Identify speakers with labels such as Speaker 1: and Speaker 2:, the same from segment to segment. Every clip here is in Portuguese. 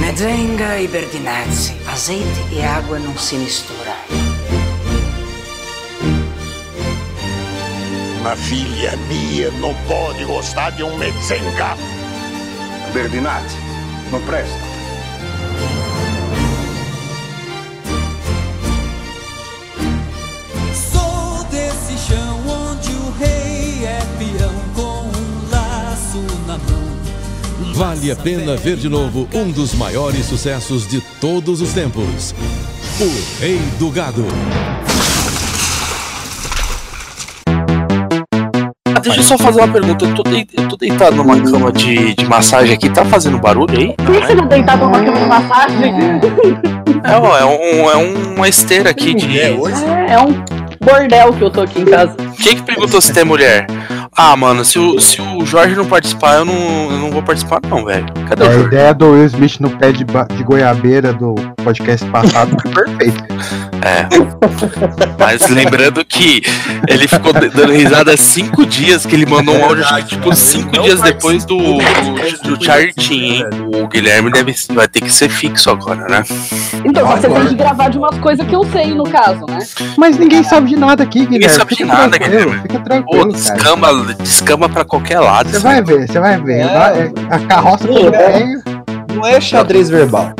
Speaker 1: Mezenga e Berginazzi. Azeite e água não se misturam.
Speaker 2: Uma filha minha não pode gostar de um Metzenga.
Speaker 3: Berdinazzi, não presta.
Speaker 4: Sou desse chão onde o rei é peão com um laço na mão.
Speaker 5: Vale a pena ver de novo um dos maiores sucessos de todos os tempos: O Rei do Gado.
Speaker 6: Ah, deixa eu só fazer uma pergunta. Eu tô, dei- eu tô deitado numa cama de, de massagem aqui. Tá fazendo barulho aí?
Speaker 7: Por que você não deitado numa cama de massagem?
Speaker 6: É, ó, é, um, é um- uma esteira aqui de.
Speaker 2: É, hoje
Speaker 7: É um bordel que eu tô aqui em casa.
Speaker 6: Quem que perguntou se tem mulher? Ah, mano, se o, se o Jorge não participar, eu não, eu não vou participar, não, velho. Cadê o
Speaker 8: A
Speaker 6: Jorge?
Speaker 8: ideia do Will Smith no pé de, ba- de goiabeira do podcast passado foi perfeita.
Speaker 6: Mas lembrando que ele ficou de- dando risada cinco dias, que ele mandou um áudio, acho que, tipo, cinco dias depois do, do, do Chartin, hein? O Guilherme deve, vai ter que ser fixo agora, né?
Speaker 7: Então, só que você tem que gravar de umas coisas que eu sei, no caso, né?
Speaker 8: Mas ninguém sabe de nada aqui, Guilherme.
Speaker 6: sabe de
Speaker 8: Fica
Speaker 6: nada,
Speaker 8: tranquilo,
Speaker 6: Guilherme.
Speaker 8: Fica
Speaker 6: Pô,
Speaker 8: tranquilo, cara.
Speaker 6: descama, descama pra qualquer lado.
Speaker 8: Você
Speaker 6: isso
Speaker 8: vai ver, você vai ver.
Speaker 9: É.
Speaker 8: Lá é a carroça que
Speaker 9: Pô,
Speaker 8: eu
Speaker 9: é.
Speaker 8: tenho.
Speaker 9: Não é xadrez verbal.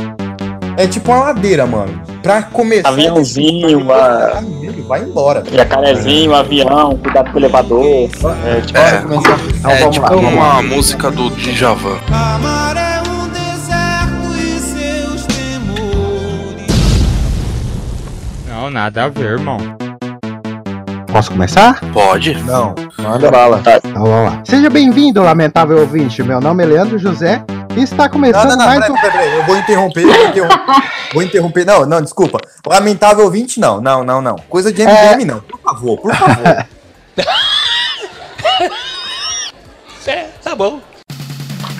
Speaker 9: É tipo uma ladeira, mano. Pra
Speaker 10: Tá
Speaker 9: começar.
Speaker 10: Aviãozinho, uma-
Speaker 9: Caralho, Vai embora. tá
Speaker 10: Jacarezinho, avião, cuidado com o elevador. É, tipo,
Speaker 6: É.
Speaker 8: Então
Speaker 6: É
Speaker 8: vamos
Speaker 6: tipo
Speaker 8: lá.
Speaker 6: uma música do Djavan.
Speaker 4: Amar é um deserto e seus temores.
Speaker 11: Não, nada a ver, irmão.
Speaker 8: Posso começar?
Speaker 6: Pode?
Speaker 9: Não, manda bala.
Speaker 8: Então vamos lá. Seja bem-vindo, lamentável ouvinte. Meu nome é Leandro José e
Speaker 9: Não,
Speaker 8: está
Speaker 9: não,
Speaker 8: começando
Speaker 9: não,
Speaker 8: mais
Speaker 9: peraí,
Speaker 8: um.
Speaker 9: peraí, peraí. Eu vou interromper, vou interromper. Vou interromper. Não, não, desculpa. Lamentável ouvinte, não. Não, não, não. Coisa de MDM, não. Por favor, por favor.
Speaker 6: Tá bom.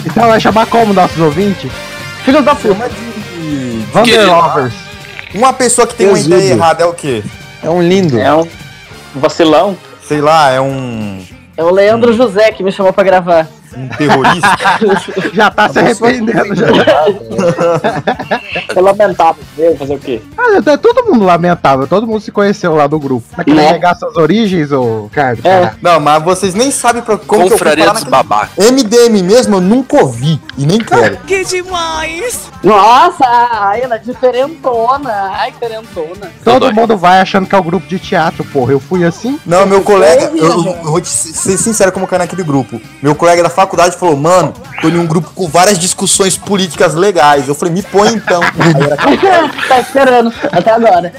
Speaker 8: Então vai chamar como nossos ouvintes? Filhos da puta.
Speaker 9: Chama de.
Speaker 6: Querido.
Speaker 8: Vander Lovers.
Speaker 9: Uma pessoa que tem uma
Speaker 3: Exílio.
Speaker 9: ideia errada é o quê?
Speaker 3: É um lindo.
Speaker 10: é um vacilão.
Speaker 9: Sei lá, é um.
Speaker 7: É o Leandro José que me chamou pra gravar.
Speaker 9: um terrorista?
Speaker 8: Já tá se arrependendo. Já.
Speaker 10: É lamentável. Eu fazer o quê?
Speaker 8: Ah, tá todo mundo lamentável, todo mundo se conheceu lá do grupo. Mas quer
Speaker 10: Né?
Speaker 8: negar suas origens, ô Carlos?
Speaker 10: É.
Speaker 8: Caralho.
Speaker 9: não, mas vocês nem sabem pra como que eu fui
Speaker 6: Confraria
Speaker 9: parar
Speaker 6: dos
Speaker 9: naquele-
Speaker 6: babacas.
Speaker 9: MDM mesmo eu nunca ouvi e nem quero.
Speaker 4: Que demais!
Speaker 7: Nossa, ai, ela é diferentona. Ai, diferentona.
Speaker 8: Todo
Speaker 6: Dodói.
Speaker 8: mundo vai achando que é o grupo de teatro, porra. Eu fui assim.
Speaker 9: Não, meu colega, eu, eu-
Speaker 7: Horrível.
Speaker 9: eu vou te ser sincero como eu caí naquele grupo. Meu colega da faculdade falou, mano, tô em um grupo com várias discussões políticas legais. Eu falei, me põe então. Aí era aquele
Speaker 7: tá esperando até agora.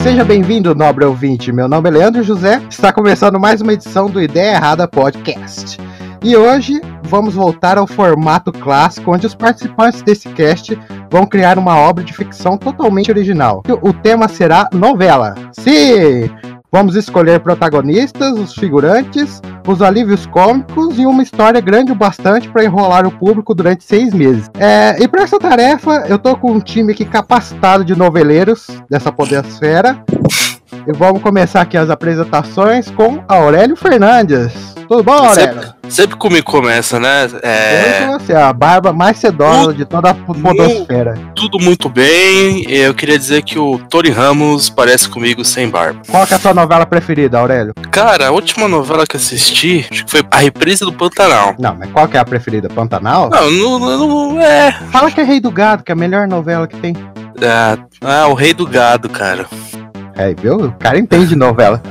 Speaker 8: Seja bem-vindo, nobre ouvinte. Meu nome é Leandro José. Está começando mais uma edição do Ideia Errada Podcast. E hoje vamos voltar ao formato clássico, onde os participantes desse cast vão criar uma obra de ficção totalmente original. O tema será novela. Sim! Vamos escolher protagonistas, os figurantes, os alívios cômicos e uma história grande o bastante para enrolar o público durante seis meses. É, e para essa tarefa, eu tô com um time aqui capacitado de noveleiros dessa podesfera. E vamos começar aqui as apresentações com Aurélio Fernandes. Tudo bom, Aurélio?
Speaker 6: Sempre, sempre comigo começa, né?
Speaker 8: É...
Speaker 6: É,
Speaker 8: Você, a barba mais sedosa de toda a po- podosfera.
Speaker 6: tudo muito bem. Eu queria dizer que o Tony Ramos parece comigo sem barba.
Speaker 8: Qual que é a sua novela preferida, Aurélio?
Speaker 6: Cara, a última novela que assisti, acho que foi a reprise do Pantanal.
Speaker 8: Não, mas qual que é a preferida? Pantanal?
Speaker 6: Não, não, não, não- é.
Speaker 8: Fala que é Rei do Gado, que é a melhor novela que tem.
Speaker 6: Ah, ah, o Rei do Gado, cara.
Speaker 8: É, viu? O cara entende de novela.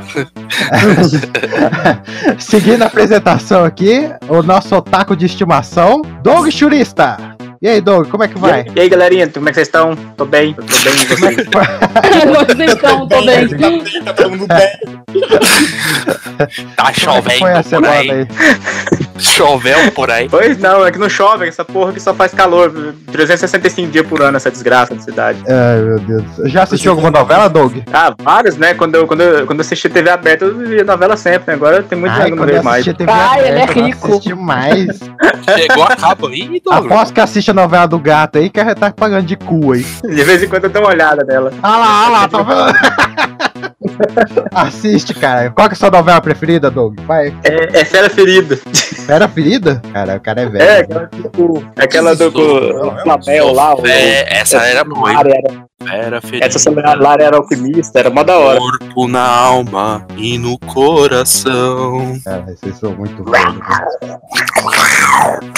Speaker 8: Seguindo a apresentação aqui, o nosso otaku de estimação, Doug Churista. E aí, Doug, como é que vai?
Speaker 10: E aí, galerinha, como é que vocês estão? Tô bem, tô bem e vocês.
Speaker 7: Tá Vocês estão, então, tô bem.
Speaker 9: tá todo mundo bem.
Speaker 6: Tá
Speaker 8: Como é que
Speaker 6: chovendo
Speaker 8: foi a
Speaker 6: por
Speaker 8: semana
Speaker 6: aí.
Speaker 8: aí?
Speaker 6: Choveu por aí.
Speaker 10: Pois não, é que não chove, essa porra que só faz calor. 365 dias por ano essa desgraça de cidade.
Speaker 8: Ai, meu Deus. do céu. Já assistiu alguma novela, Doug?
Speaker 10: Ah, vários, né? Quando eu, quando eu, quando eu assisti TV aberta, eu via novela sempre, né? Agora tem muito
Speaker 8: Ai,
Speaker 10: tempo que eu não
Speaker 8: quando eu
Speaker 10: vejo mais.
Speaker 8: assisti a TV
Speaker 7: Ai, ele é
Speaker 8: aberta, eu
Speaker 7: rico.
Speaker 8: assisti mais.
Speaker 6: Chegou a cabo aí, Douglas.
Speaker 8: Aposto que assiste a novela do gato aí, que tá pagando de cu aí.
Speaker 10: De vez em quando eu dou uma olhada nela.
Speaker 8: Ah lá, ah lá, tá vendo? Assiste, cara. Qual que é a sua novela preferida, Doug? Vai.
Speaker 10: É, é fera ferido.
Speaker 8: Era ferida? Cara, o cara é velho.
Speaker 10: É,
Speaker 8: né?
Speaker 10: aquela, tipo, aquela do, do Flamel lá. o-
Speaker 6: É, essa era boa, hein?
Speaker 10: Lara era-
Speaker 6: Era feliz.
Speaker 10: Essa Lara era alquimista, era mó da hora.
Speaker 6: Corpo na alma e no coração.
Speaker 10: É.
Speaker 8: Cara, né? vocês são muito velhos. né?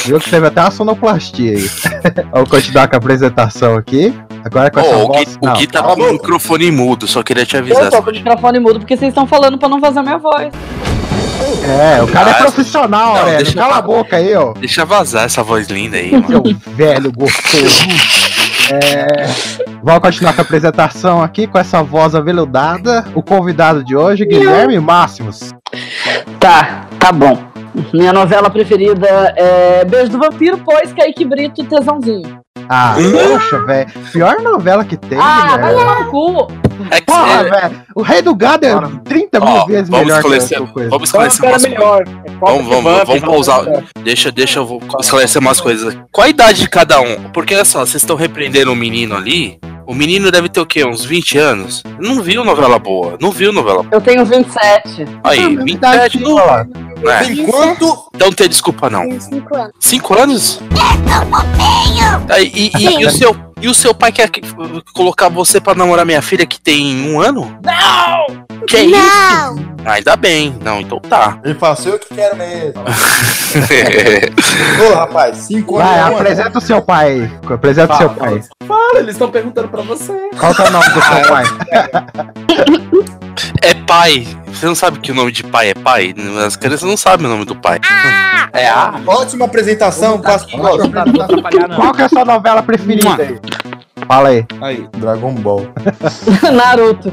Speaker 8: Viu que teve até uma sonoplastia aí. Vamos continuar com a apresentação aqui. Agora com essa
Speaker 6: Ó, o
Speaker 8: voz.
Speaker 6: Gui, o
Speaker 8: não.
Speaker 6: Gui tá com o microfone mudo, só queria te avisar.
Speaker 7: Eu tô com o microfone mudo porque vocês estão falando pra não vazar minha voz.
Speaker 8: É, o cara é
Speaker 6: Ah,
Speaker 8: profissional,
Speaker 6: não,
Speaker 8: Aurélio.
Speaker 6: deixa eu
Speaker 8: Cala
Speaker 6: falar.
Speaker 8: a boca aí, ó.
Speaker 6: Deixa vazar essa voz linda aí,
Speaker 8: Seu
Speaker 6: mano.
Speaker 8: velho gostoso. É, Vamos continuar com a apresentação aqui com essa voz aveludada. O convidado de hoje, Guilherme Máximos.
Speaker 7: Tá, tá bom. Minha novela preferida é Beijo do Vampiro, pois Kaique Brito, tesãozinho.
Speaker 8: Ah, poxa, velho. Pior novela que tem,
Speaker 7: Ah, vai
Speaker 8: Guilherme.
Speaker 7: tomar no cu.
Speaker 6: É que-
Speaker 8: Porra,
Speaker 6: é-
Speaker 8: Ah, velho. O Rei do Gado é 30 mil
Speaker 6: ó,
Speaker 8: vezes
Speaker 6: vamos
Speaker 8: melhor que
Speaker 6: esclarecer,
Speaker 8: essa coisa.
Speaker 6: vamos
Speaker 10: Só
Speaker 6: esclarecer
Speaker 10: uma era
Speaker 6: umas coisas.
Speaker 10: melhor.
Speaker 6: Vamos, vamos, vamos pausar. Deixa, deixa eu vou esclarecer umas coisas. Qual a idade de cada um? Porque olha só, vocês estão repreendendo um menino ali. O menino deve ter o quê? Uns 20 anos? Não viu novela boa. Não viu novela boa.
Speaker 7: Eu tenho 27.
Speaker 6: Aí,
Speaker 8: Não, não
Speaker 6: 27
Speaker 8: dá
Speaker 6: não.
Speaker 8: pra
Speaker 6: né?
Speaker 9: Enquanto.
Speaker 6: Então não tem desculpa, não.
Speaker 12: Cinco anos.
Speaker 6: 5 anos? Tá, e, e- e o seu, e o seu pai quer que- colocar você pra namorar minha filha que tem um ano? Não! Que é
Speaker 12: Não!
Speaker 6: isso? Ah, ainda bem. Não, então tá.
Speaker 9: Ele fala, "Sou eu que quero mesmo. Ô, rapaz, cinco
Speaker 8: Vai,
Speaker 9: anos.
Speaker 8: apresenta o seu pai. aí. Apresenta o seu
Speaker 9: Fala,
Speaker 8: pai.
Speaker 10: Fala, eles estão perguntando pra você.
Speaker 8: Qual que é o nome do
Speaker 6: Ah,
Speaker 8: seu pai?
Speaker 6: é pai. Você não sabe que o nome de pai é pai? As crianças não sabem o nome do pai. É A.
Speaker 9: Ótima apresentação, passo pro próximo.
Speaker 8: Qual que é a sua novela preferida aí? Fala aí.
Speaker 9: Dragon Ball.
Speaker 7: Naruto.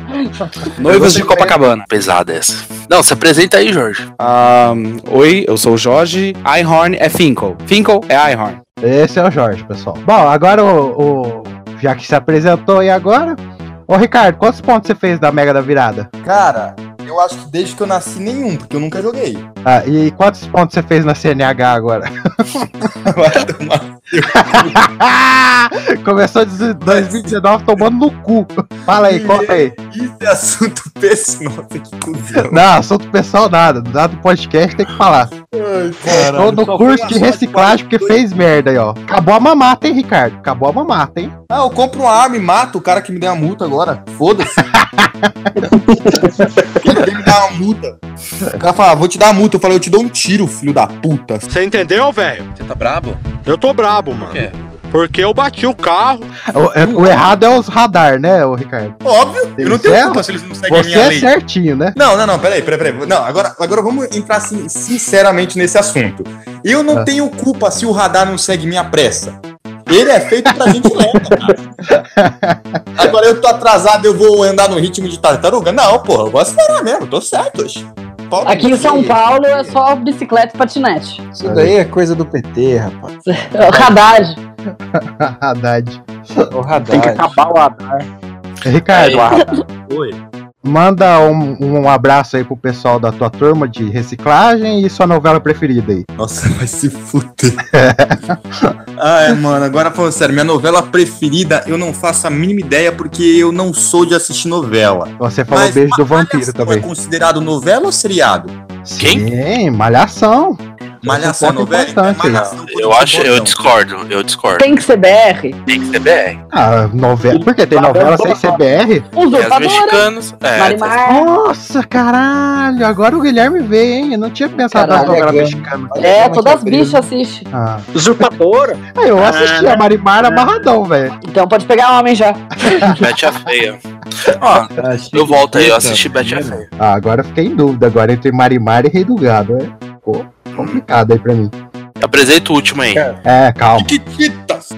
Speaker 13: Noivas de Copacabana.
Speaker 6: Pesada essa. Não, se apresenta aí, Jorge.
Speaker 13: Ah, oi, eu sou o Jorge. Einhorn é Finkel. Finkel é Einhorn.
Speaker 8: Esse é o Jorge, pessoal. Bom, agora o. o- já que se apresentou e agora. Ô Ricardo, quantos pontos você fez da Mega da Virada?
Speaker 9: Cara, eu acho que desde que eu nasci nenhum, porque eu nunca joguei.
Speaker 8: Ah, e quantos pontos você fez na CNH agora?
Speaker 9: Vai tomar.
Speaker 8: Começou de 2019 tomando no cu. Fala aí, conta aí.
Speaker 9: Isso é assunto pessoal. Nossa, que cuzão.
Speaker 8: Não, assunto pessoal nada. Nada do podcast tem que falar. Tô
Speaker 9: Ai,
Speaker 8: no curso de reciclagem porque fez merda aí, ó. Acabou a mamata, hein, Ricardo? Acabou a mamata, hein?
Speaker 9: Ah, eu compro uma arma e mato o cara que me deu a multa agora. Foda-se. Ele veio me dar uma multa. O cara fala, "Ah, vou te dar a multa. Eu falei, eu te dou um tiro, filho da puta.
Speaker 3: Você entendeu, velho?
Speaker 6: Você tá brabo?
Speaker 3: Eu tô brabo, mano.
Speaker 6: quê?
Speaker 3: Porque eu bati o carro.
Speaker 8: O, é- o errado é os radar, né, ô Ricardo?
Speaker 9: Óbvio, eu não
Speaker 8: Eles
Speaker 9: tenho
Speaker 8: erram.
Speaker 9: culpa se eles não seguem a
Speaker 8: Você
Speaker 9: minha
Speaker 8: é
Speaker 9: lei.
Speaker 8: certinho, né?
Speaker 9: Não, não, não, peraí, peraí, peraí. Não, agora, agora vamos entrar assim, sinceramente nesse assunto. Eu não
Speaker 8: Ah.
Speaker 9: tenho culpa se o radar não segue minha pressa. Ele é feito pra gente lenta, cara. Agora eu tô atrasado, eu vou andar no ritmo de tartaruga? Não, porra, eu vou acelerar mesmo, tô certo. oxe. Pau no
Speaker 7: Aqui em
Speaker 9: cu.
Speaker 7: São Paulo é só bicicleta e patinete.
Speaker 13: Isso daí é coisa do PT, rapaz.
Speaker 7: Radage.
Speaker 8: Haddad.
Speaker 13: O
Speaker 10: Tem que
Speaker 13: radar.
Speaker 10: acabar o radar.
Speaker 6: É,
Speaker 8: Ricardo,
Speaker 10: Oi.
Speaker 8: manda um, um abraço aí pro pessoal da tua turma de reciclagem e sua novela preferida aí.
Speaker 9: Nossa, vai se fuder. Ai, mano, agora falando sério, minha novela preferida, eu não faço a mínima ideia porque eu não sou de assistir novela.
Speaker 8: Você falou
Speaker 9: Mas
Speaker 8: Beijo do Vampiro
Speaker 9: Malhação é
Speaker 8: também. Então
Speaker 9: considerado novela ou seriado?
Speaker 6: Quem?
Speaker 8: Sim, Malhação.
Speaker 9: Malhação é
Speaker 8: ponto
Speaker 9: novela? Então é
Speaker 8: importante,
Speaker 9: malhação.
Speaker 6: Eu acho, eu discordo, eu discordo.
Speaker 7: Tem que ser BR.
Speaker 6: Tem que ser BR.
Speaker 8: Ah, novela. Por que tem
Speaker 7: é
Speaker 8: novela sem
Speaker 6: Tem
Speaker 8: CBR?
Speaker 7: tá
Speaker 6: as
Speaker 7: Usurpadora.
Speaker 6: mexicanas. É,
Speaker 7: Marimar.
Speaker 8: Nossa, caralho. Agora o Guilherme veio, hein? Eu não tinha pensado na
Speaker 7: Caralho,
Speaker 8: novela
Speaker 13: é grande.
Speaker 8: mexicana.
Speaker 7: É, todas as bichas assistem.
Speaker 8: Ah,
Speaker 10: Usurpadora?
Speaker 8: Ah, eu assisti a Marimar Amarradão, velho.
Speaker 7: Então pode pegar homem já.
Speaker 6: Bete a feia. Ó, eu volto aí, eu assisti Bete a feia.
Speaker 8: Ah, agora eu fiquei em dúvida agora entre Marimar e Rei do Gado. É Ficou complicado aí pra mim.
Speaker 6: Apresenta o último aí.
Speaker 8: É, calma.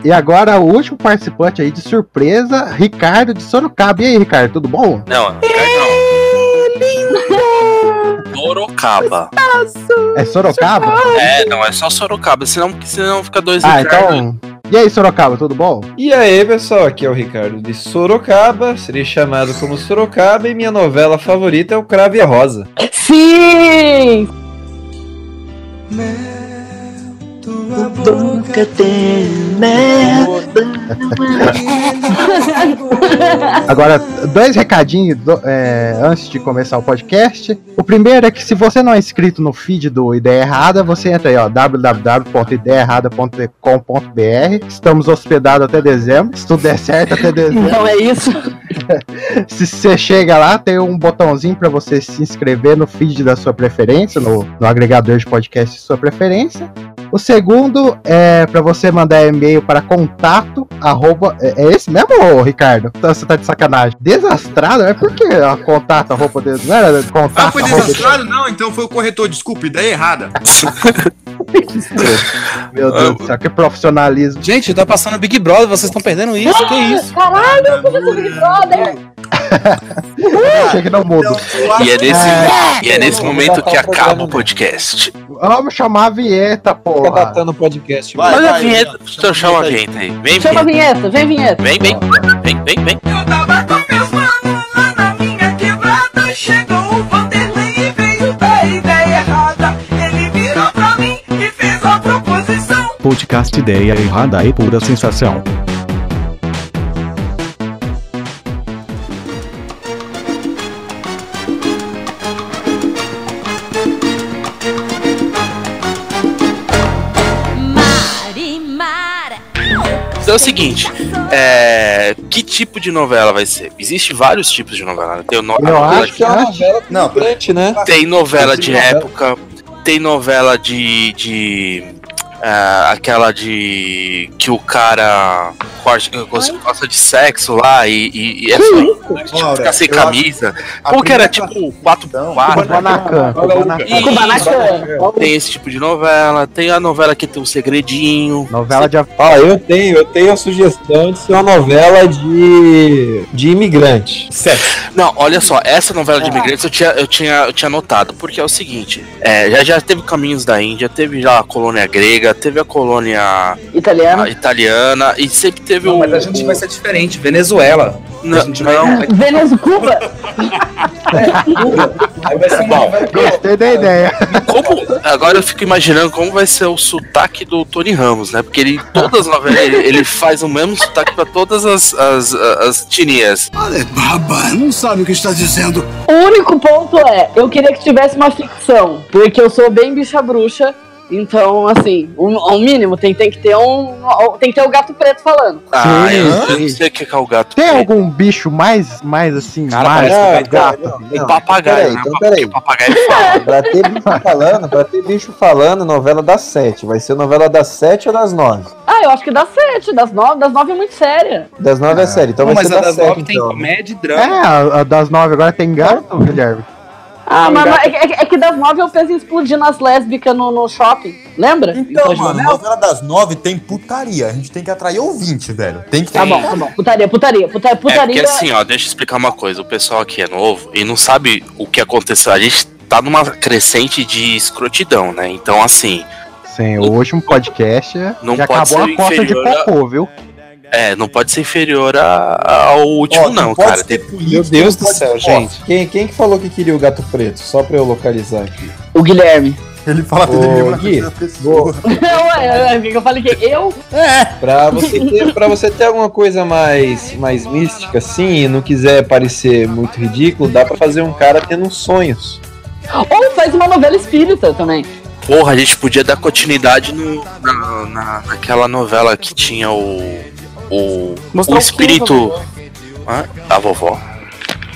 Speaker 8: E agora o último participante aí de surpresa, Ricardo de Sorocaba. E aí, Ricardo, tudo bom?
Speaker 6: Não, Ricardo, não. Sorocaba.
Speaker 8: É Sorocaba?
Speaker 6: É, não, é só Sorocaba, senão, senão fica dois
Speaker 8: Ah,
Speaker 6: Ricardo.
Speaker 8: então. E aí, Sorocaba, tudo bom?
Speaker 13: E aí, pessoal, aqui é o Ricardo de Sorocaba, serei chamado como Sorocaba e minha novela favorita é o Crave e a Rosa.
Speaker 7: Sim!
Speaker 4: Mel, tua boca tem
Speaker 8: Agora, dois recadinhos do- é, antes de começar o podcast. O primeiro é que se você não é inscrito no feed do Ideia Errada, você entra aí, ó, www.ideaerrada.com.br. Estamos hospedados até dezembro. Se tudo der certo, até dezembro.
Speaker 7: Então é isso.
Speaker 8: Se você chega lá, tem um botãozinho pra você se inscrever no feed da sua preferência, no, no agregador de podcast de sua preferência. O segundo é pra você mandar e-mail para contato, arroba, é, é esse mesmo, ô, Ricardo? Então Você tá de sacanagem. Desastrado? É por que ó, contato, arroba, des- não era
Speaker 12: Ah,
Speaker 8: contato,
Speaker 12: foi
Speaker 8: arroba,
Speaker 12: desastrado? Não, então foi o corretor. Desculpa, ideia errada.
Speaker 8: meu Deus do céu, que profissionalismo.
Speaker 14: Gente, tá passando Big Brother, vocês estão perdendo isso, que isso?
Speaker 7: Caralho, começou o Big Brother!
Speaker 8: Chega no mudo.
Speaker 6: E é nesse,
Speaker 8: É.
Speaker 6: e é nesse momento que acaba o podcast.
Speaker 8: Vamos chamar a vinheta, porra. Fica
Speaker 13: datando o podcast.
Speaker 6: Olha a vinheta. Então chama a vinheta aí. Vem,
Speaker 7: Chama a
Speaker 6: vinheta.
Speaker 7: vinheta, vem vinheta.
Speaker 6: Vem, vem, vem, vem, vem.
Speaker 4: Chegou o Vanderlei e veio da ideia errada. Ele virou pra mim e fez a proposição.
Speaker 15: Podcast Ideia Errada é pura sensação.
Speaker 6: Então é o seguinte, é, que tipo de novela vai ser? Existe vários tipos de novela. né? Tem, o no- a novela de-
Speaker 13: é uma novela
Speaker 9: não,
Speaker 13: durante, né?
Speaker 6: tem novela de
Speaker 13: novela.
Speaker 6: época, tem novela de. de ah, aquela de. que o cara gosta, gosta de sexo lá e, e, e é só, tipo, ficar sem camisa. Qual que era tipo 4
Speaker 9: então,
Speaker 6: Tem esse tipo de novela, tem a novela que tem um segredinho.
Speaker 8: Novela de
Speaker 13: Ó, eu tenho, eu tenho a sugestão de ser uma novela de. de imigrante. Certo.
Speaker 6: Não, olha só, essa novela de imigrantes eu tinha, eu tinha, eu tinha notado, porque é o seguinte, é, já, já teve Caminhos da Índia, teve já a colônia grega, teve a colônia
Speaker 7: Italiana.
Speaker 6: a Ah, italiana, e sempre teve o...
Speaker 14: Mas a gente vai ser diferente, Venezuela.
Speaker 6: Não,
Speaker 14: a gente vai... não.
Speaker 7: Venezuela, Cuba.
Speaker 6: Bom,
Speaker 8: Gostei da ideia.
Speaker 6: como- agora eu fico imaginando como vai ser o sotaque do Tony Ramos, né? Porque ele, em todas as novelas, ele, ele faz o mesmo sotaque pra todas as, as, as tinias.
Speaker 12: Baba, não sabe o que está dizendo.
Speaker 7: O único ponto é, eu queria que tivesse uma ficção, porque eu sou bem bicha bruxa, então assim, um, um mínimo tem, tem que ter um, um- tem que ter o gato preto falando.
Speaker 6: Ah, eu, eu não sei o que que é o gato.
Speaker 8: Tem algum bicho mais, mais assim, mais
Speaker 13: parece um
Speaker 8: gato?
Speaker 6: Um papagaio,
Speaker 13: Peraí,
Speaker 6: né?
Speaker 13: então
Speaker 6: Porque
Speaker 13: peraí.
Speaker 6: papagaio é
Speaker 13: Pra ter bicho falando, pra ter bicho falando, novela das sete. Vai ser novela das sete ou das nove?
Speaker 7: Ah, eu acho que das sete, das nove, das nove é muito séria.
Speaker 13: Das nove é série, então
Speaker 14: Não,
Speaker 13: vai
Speaker 14: mas
Speaker 13: ser
Speaker 14: a das
Speaker 13: das sete.
Speaker 14: nove tem comédia e
Speaker 8: É,
Speaker 14: drama.
Speaker 8: a- a das nove agora tem gato, Guilherme.
Speaker 7: Ah,
Speaker 9: um
Speaker 7: mas,
Speaker 14: gato.
Speaker 7: mas é, que- é que- é que das nove eu penso em explodir nas lésbicas no, no shopping, lembra?
Speaker 9: Então, mano, novela das nove tem putaria. A gente tem que atrair ouvinte, velho. Tem que
Speaker 7: Tá bom, tá bom. Putaria, putaria, puta-
Speaker 6: É
Speaker 7: putaria.
Speaker 6: porque assim, ó, deixa eu explicar uma coisa. O pessoal aqui é novo e não sabe o que aconteceu. A gente tá numa crescente de escrotidão, né? Então, assim,
Speaker 8: Sim, o último podcast
Speaker 6: Não
Speaker 8: já
Speaker 6: pode
Speaker 8: acabou
Speaker 6: ser
Speaker 8: a cota de
Speaker 6: inferior a-
Speaker 8: cocô, viu?
Speaker 6: é, não pode ser inferior a- ao último, não, cara.
Speaker 13: Meu Deus do céu, gente. Quem, quem que falou que queria o gato preto? Só pra eu localizar aqui.
Speaker 7: O Guilherme.
Speaker 13: Ele fala
Speaker 9: tudo em
Speaker 13: Ô, Gui,
Speaker 7: Não, é, é, que eu falei que eu?
Speaker 13: É. Pra você, ter, pra você ter alguma coisa mais, mais mística, assim, e não quiser parecer muito ridículo, dá pra fazer um cara tendo uns sonhos.
Speaker 7: Ou faz uma novela espírita também.
Speaker 6: Porra, a gente podia dar continuidade no, na, na- naquela novela que tinha o. O,
Speaker 9: Mostrar o
Speaker 6: o
Speaker 7: um
Speaker 6: um espírito. Hã? A vovó.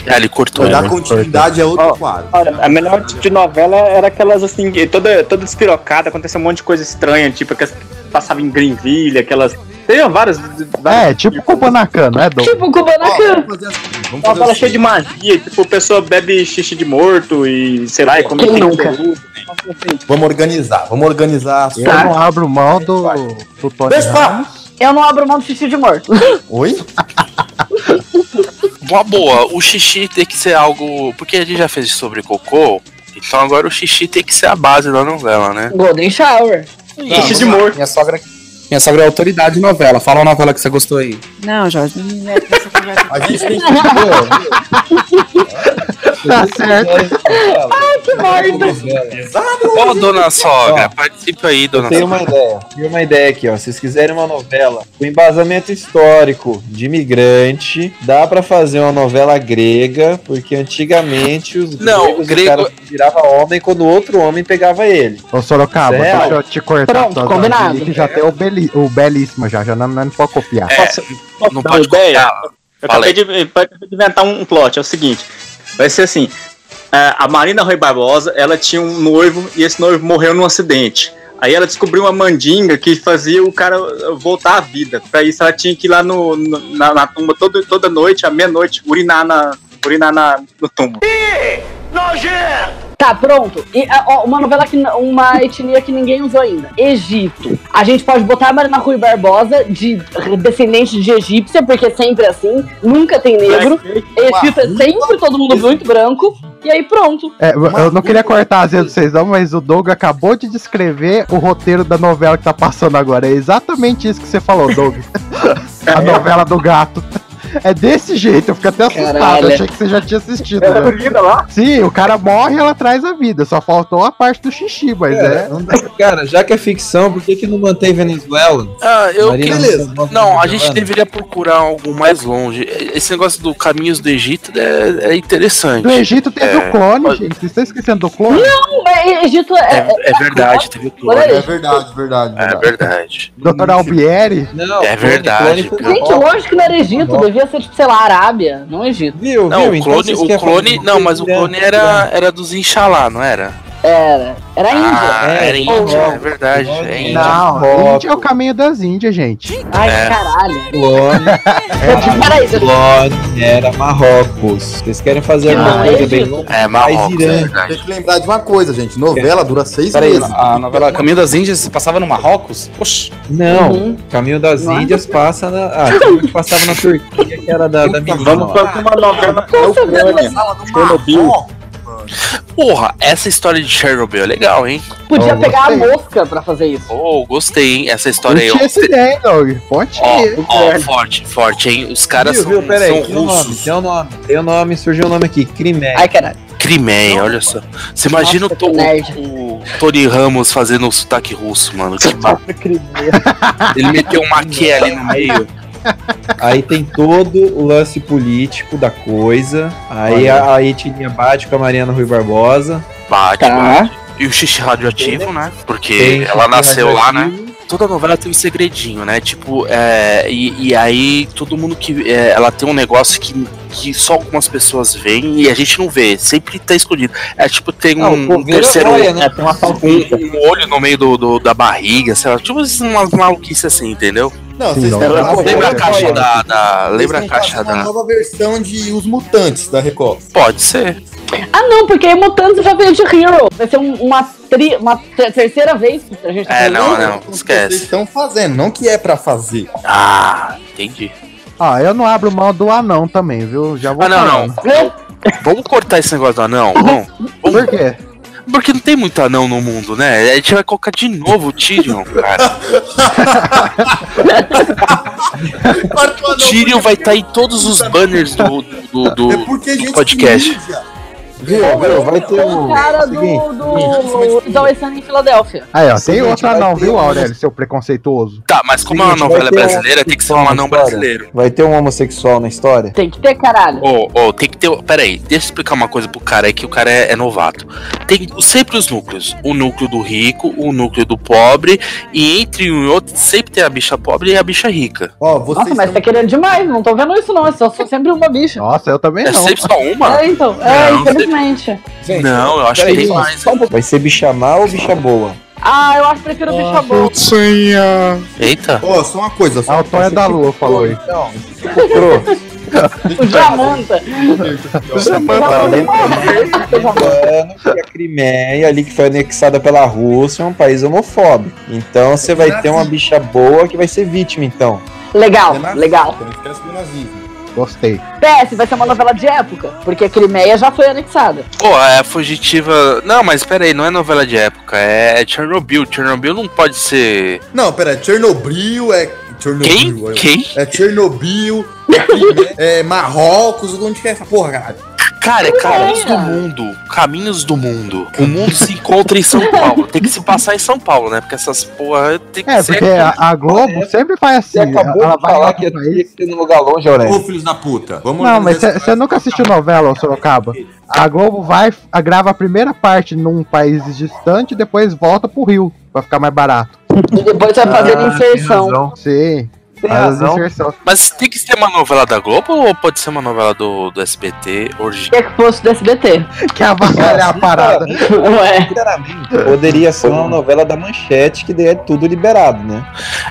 Speaker 6: Ah, ele cortou.
Speaker 9: Vai dar
Speaker 6: né?
Speaker 9: continuidade a outro quadro.
Speaker 10: Olha, a melhor tipo de novela era aquelas assim, que toda, toda despirocada, acontecia um monte de coisa estranha, tipo, que passava em Greenville, aquelas. Tem várias.
Speaker 8: É, tipo Kubanacan, não é, Dom?
Speaker 7: Tipo, Kubanacan.
Speaker 9: É,
Speaker 10: Uma novela cheia de magia, tipo, a pessoa bebe xixi de morto e sei lá, e come
Speaker 9: Quem
Speaker 10: quem
Speaker 9: nunca?
Speaker 10: quer.
Speaker 9: Vamos organizar, vamos organizar.
Speaker 8: Eu
Speaker 14: Tá.
Speaker 8: não abro mão do, do Tony
Speaker 9: Deixa eu falar.
Speaker 8: Ramos.
Speaker 7: Eu não abro mão do xixi de morto.
Speaker 9: Oi?
Speaker 6: Uma boa, o xixi tem que ser algo. Porque a gente já fez sobre cocô, então agora o xixi tem que ser a base da novela, né?
Speaker 7: Golden Shower.
Speaker 14: Xixi de morto. Minha sogra, minha sogra é autoridade de novela. Fala uma novela que você gostou aí.
Speaker 16: Não, Jorge, não me mete nessa conversa.
Speaker 9: A gente
Speaker 16: tem
Speaker 9: que.
Speaker 8: Tá certo.
Speaker 7: Ai, que
Speaker 17: merda! Pesado!
Speaker 6: Ô, dona sogra,
Speaker 14: Ó,
Speaker 6: participe aí, dona
Speaker 14: Tem uma
Speaker 6: sogra.
Speaker 14: ideia, tem uma ideia aqui, ó. Se vocês quiserem uma novela com embasamento histórico de imigrante, dá pra fazer uma novela grega, porque antigamente os
Speaker 6: Não,
Speaker 14: gregos
Speaker 6: grego-
Speaker 14: o cara virava homem quando outro homem pegava ele.
Speaker 8: Ô
Speaker 9: Ah,
Speaker 8: Sorocaba,
Speaker 14: Céu.
Speaker 8: deixa eu te cortar.
Speaker 14: Pronto,
Speaker 8: tuas
Speaker 14: combinado.
Speaker 8: novelas aí, Que já tem o, beli, o belíssimo já, já não, não pode
Speaker 6: É,
Speaker 8: copiar.
Speaker 6: não
Speaker 10: pode ideia. Eu acabei de, eu acabei de inventar um plot, é o seguinte. Vai ser assim. é, A Marina Rui Barbosa, ela tinha um noivo e esse noivo morreu num acidente. Aí ela descobriu uma mandinga que fazia o cara voltar à vida. Pra isso ela tinha que ir lá no, no- na, na tumba todo, toda noite, à meia-noite, urinar, na, urinar na, no túmulo.
Speaker 7: Tá, pronto. E, ah, ó, uma novela que. n- Uma etnia que ninguém usou ainda. Egito. A gente pode botar a Marina Rui Barbosa de descendente de egípcia, porque é sempre assim. Nunca tem negro. Egito é sempre todo mundo muito branco. E aí pronto.
Speaker 8: É, eu- eu não queria cortar as redes de vocês não, mas o Doug acabou de descrever o roteiro da novela que tá passando agora. É exatamente isso que você falou, Doug. A novela do gato. É desse jeito, eu fico até assustado.
Speaker 18: Caralho.
Speaker 8: Achei que você já tinha assistido.
Speaker 18: Ela
Speaker 8: né?
Speaker 18: é bonita lá?
Speaker 8: Sim, o cara morre e ela traz a vida. Só faltou a parte do xixi, mas é.
Speaker 14: Cara, já que é ficção, por que, que não mantém Venezuela?
Speaker 6: Ah, eu
Speaker 14: Marina,
Speaker 6: quis-
Speaker 14: beleza.
Speaker 6: Não, a gente deveria procurar algo mais longe. Esse negócio do Caminhos do Egito é, é interessante.
Speaker 8: Do Egito teve
Speaker 6: É,
Speaker 8: o clone, gente. Vocês estão esquecendo do clone?
Speaker 7: Não, é, Egito é.
Speaker 6: É, é verdade, teve o clone.
Speaker 7: É
Speaker 6: verdade, verdade. É verdade.
Speaker 8: Dr. Albieri?
Speaker 14: Não,
Speaker 6: É verdade.
Speaker 7: Gente, lógico que não era Egito, devia ser, tipo, sei lá, Arábia, não Egito.
Speaker 14: Viu,
Speaker 6: Não,
Speaker 13: Então
Speaker 6: o clone,
Speaker 14: é
Speaker 6: o clone não, mas o clone era, era dos Inxalá, não era?
Speaker 7: Era. Era
Speaker 6: Ah,
Speaker 7: Índia.
Speaker 6: era Índia, é verdade. É Índia.
Speaker 8: Não, Índia é o caminho das Índias, gente.
Speaker 7: Ai,
Speaker 6: É.
Speaker 7: caralho.
Speaker 14: Clone.
Speaker 7: É. Peraí, deixa-
Speaker 14: Clone era Marrocos. Vocês querem fazer
Speaker 7: Ah,
Speaker 14: alguma coisa bem longa?
Speaker 6: É,
Speaker 14: Marrocos, é verdade.
Speaker 9: Tem que lembrar de uma coisa, gente. Novela dura seis
Speaker 14: Peraí, ah,
Speaker 9: meses. A novela Caminho das Índias se passava no Marrocos? Poxa.
Speaker 14: Não,
Speaker 9: Uhum.
Speaker 14: Caminho das
Speaker 9: Não é?
Speaker 14: Índias passa na. Ah, tem uma que passava na Turquia, que era da, da
Speaker 6: Então,
Speaker 14: menina.
Speaker 10: Vamos
Speaker 14: lá.
Speaker 10: fazer uma novela
Speaker 7: É
Speaker 10: na Ucrânia. Chernobyl.
Speaker 6: Porra, essa história de Chernobyl é legal, hein?
Speaker 7: Podia pegar a mosca pra fazer isso.
Speaker 6: Oh, gostei, hein? Essa
Speaker 8: Não
Speaker 6: história aí,
Speaker 8: tinha
Speaker 6: ó.
Speaker 8: essa ideia, Doug. Pode
Speaker 6: Ó,
Speaker 8: ir.
Speaker 6: ó, forte, forte, hein? Os caras
Speaker 14: Viu, viu?
Speaker 6: são,
Speaker 14: Peraí,
Speaker 6: são
Speaker 14: tem um nome,
Speaker 6: russos.
Speaker 14: tem um nome, tem um nome, surgiu um nome aqui, Crimeia.
Speaker 7: Ai, caralho.
Speaker 6: Crimeia, olha só. Você imagina o, to, o Tony Ramos fazendo um sotaque russo, mano. Que mal. Ele meteu um maquê ali no meio.
Speaker 14: Aí tem todo o lance político da coisa. Aí
Speaker 6: Olha.
Speaker 14: a, a etnia bate com a Mariana Rui Barbosa.
Speaker 6: Bate,
Speaker 14: Tá.
Speaker 6: bate. E o xixi radioativo, né? Porque
Speaker 14: Tem
Speaker 6: ela
Speaker 14: xixi
Speaker 6: nasceu lá, né? Toda novela tem um segredinho, né? Tipo, é, e, e aí todo mundo que. é, ela tem um negócio que, que só algumas pessoas veem e a gente não vê. Sempre tá escondido. É tipo, tem
Speaker 14: Ah, o
Speaker 6: um,
Speaker 14: povo vê
Speaker 6: terceiro.
Speaker 14: joia,
Speaker 18: É,
Speaker 14: né? Tem uma
Speaker 6: um, um olho no meio do, do- da barriga, sei lá. Tipo umas maluquices assim, entendeu?
Speaker 9: Não, vocês
Speaker 6: Sim,
Speaker 9: têm uma
Speaker 6: Lembra a
Speaker 9: joia,
Speaker 6: caixa
Speaker 9: joia.
Speaker 6: da. da- lembra a
Speaker 9: Eles vão
Speaker 6: caixa
Speaker 9: fazer uma
Speaker 6: da.
Speaker 9: nova versão de Os Mutantes da Record.
Speaker 6: Pode ser.
Speaker 7: Ah, não, porque Mutantes já veio de Hero. Vai ser um- uma, tri- uma ter- terceira vez que a gente tá
Speaker 6: É,
Speaker 7: fazendo
Speaker 6: não,
Speaker 7: isso.
Speaker 6: não.
Speaker 9: Vocês
Speaker 6: Esquece.
Speaker 9: estão fazendo, não que é pra fazer.
Speaker 6: Ah, entendi.
Speaker 8: Ah, eu não abro mão do anão também, viu? Já vou
Speaker 6: Ah, não,
Speaker 8: falando.
Speaker 6: não. Vamos cortar esse negócio do anão? Vamos.
Speaker 8: Por quê?
Speaker 6: Porque não tem muito anão no mundo, né? A gente vai colocar de novo o Tyrion, cara. o Tyrion vai estar em todos os banners do, do, do-
Speaker 9: É
Speaker 6: do podcast.
Speaker 14: Viu, viu? Vai ter
Speaker 7: O
Speaker 14: um.
Speaker 7: cara do, do, do Always Sunny em Filadélfia.
Speaker 8: Aí, ó, tem
Speaker 14: Seguinte,
Speaker 8: outro
Speaker 14: vai
Speaker 8: anão,
Speaker 14: ter
Speaker 8: viu,
Speaker 14: um-
Speaker 8: Aurélio, seu preconceituoso?
Speaker 6: Tá, mas como é uma
Speaker 14: Seguinte, vai
Speaker 6: novela
Speaker 14: ter um
Speaker 6: brasileira, tem que ser um
Speaker 14: homossexual na
Speaker 6: anão
Speaker 14: história?
Speaker 6: brasileiro.
Speaker 14: Vai ter um homossexual na história?
Speaker 7: Tem que ter, caralho.
Speaker 6: Ô, ô, tem que ter. Peraí, deixa eu explicar uma coisa pro cara aí que o cara é, é novato. Tem sempre os núcleos. O núcleo do rico, o núcleo do pobre, e entre um e outro sempre tem a bicha pobre e a bicha rica.
Speaker 9: Ó,
Speaker 7: Nossa, mas tá querendo demais, não tô vendo isso não, eu só sou sempre uma bicha.
Speaker 8: Nossa, eu também
Speaker 6: É não. sempre só uma?
Speaker 7: É, então, é,
Speaker 6: Não,
Speaker 7: infelizmente.
Speaker 6: Não, eu acho que
Speaker 14: Peraí,
Speaker 6: tem
Speaker 14: só-
Speaker 6: mais.
Speaker 14: só um pouco. Vai ser bicha má ou bicha boa?
Speaker 7: Ah, eu acho que prefiro bicha boa.
Speaker 6: Eita.
Speaker 9: Ó, só uma coisa. Só
Speaker 8: Ah, o Tonho é da Lua, falou aí.
Speaker 14: Não,
Speaker 7: O Jamanta.
Speaker 6: né?
Speaker 14: a Crimeia ali que foi anexada pela Rússia é um país homofóbico. Então
Speaker 6: É
Speaker 14: você vai ter uma bicha boa que vai ser vítima, então.
Speaker 7: Legal, legal.
Speaker 8: Gostei.
Speaker 7: PS, vai ser uma novela de época, porque a Crimeia já foi anexada.
Speaker 6: Pô, é a fugitiva. Não, mas peraí, não é novela de época, é Chernobyl. Chernobyl não pode ser.
Speaker 9: Não, pera, é Chernobyl é. Chernobyl, olha.
Speaker 6: Quem?
Speaker 9: É Chernobyl, é, Crimea, é Marrocos, onde que é essa porra, caralho?
Speaker 6: Cara, é Caminhos do Mundo. Caminhos do Mundo. O mundo se encontra em São Paulo. Tem que se passar em São Paulo, né? Porque essas porra tem que
Speaker 8: É,
Speaker 6: ser.
Speaker 8: porque a, a Globo sempre faz assim.
Speaker 6: É. Você acabou
Speaker 8: ela
Speaker 6: de
Speaker 8: vai
Speaker 6: falar
Speaker 8: lá
Speaker 6: que
Speaker 8: pro país.
Speaker 14: Tem no lugar longe, Aurélio.
Speaker 9: Ô, filhos da puta. Vamos
Speaker 8: Não, mas
Speaker 9: organizar
Speaker 8: você nunca
Speaker 6: assim,
Speaker 8: assistiu novela, ô Sorocaba? A Globo vai, a- grava a primeira parte num país distante e depois volta pro Rio, pra ficar mais barato. Então,
Speaker 7: E depois vai
Speaker 14: Ah,
Speaker 7: fazendo inserção.
Speaker 8: Sim.
Speaker 6: Ah,
Speaker 7: Tem
Speaker 8: faz as
Speaker 7: razão.
Speaker 8: inserções.
Speaker 6: Mas tem que ser uma novela da Globo ou pode ser uma novela do, do SBT hoje?
Speaker 7: Quer que fosse do SBT.
Speaker 8: Que avacalhar a parada.
Speaker 7: Ué.
Speaker 14: Poderia ser uma novela da manchete que daí é tudo liberado, né?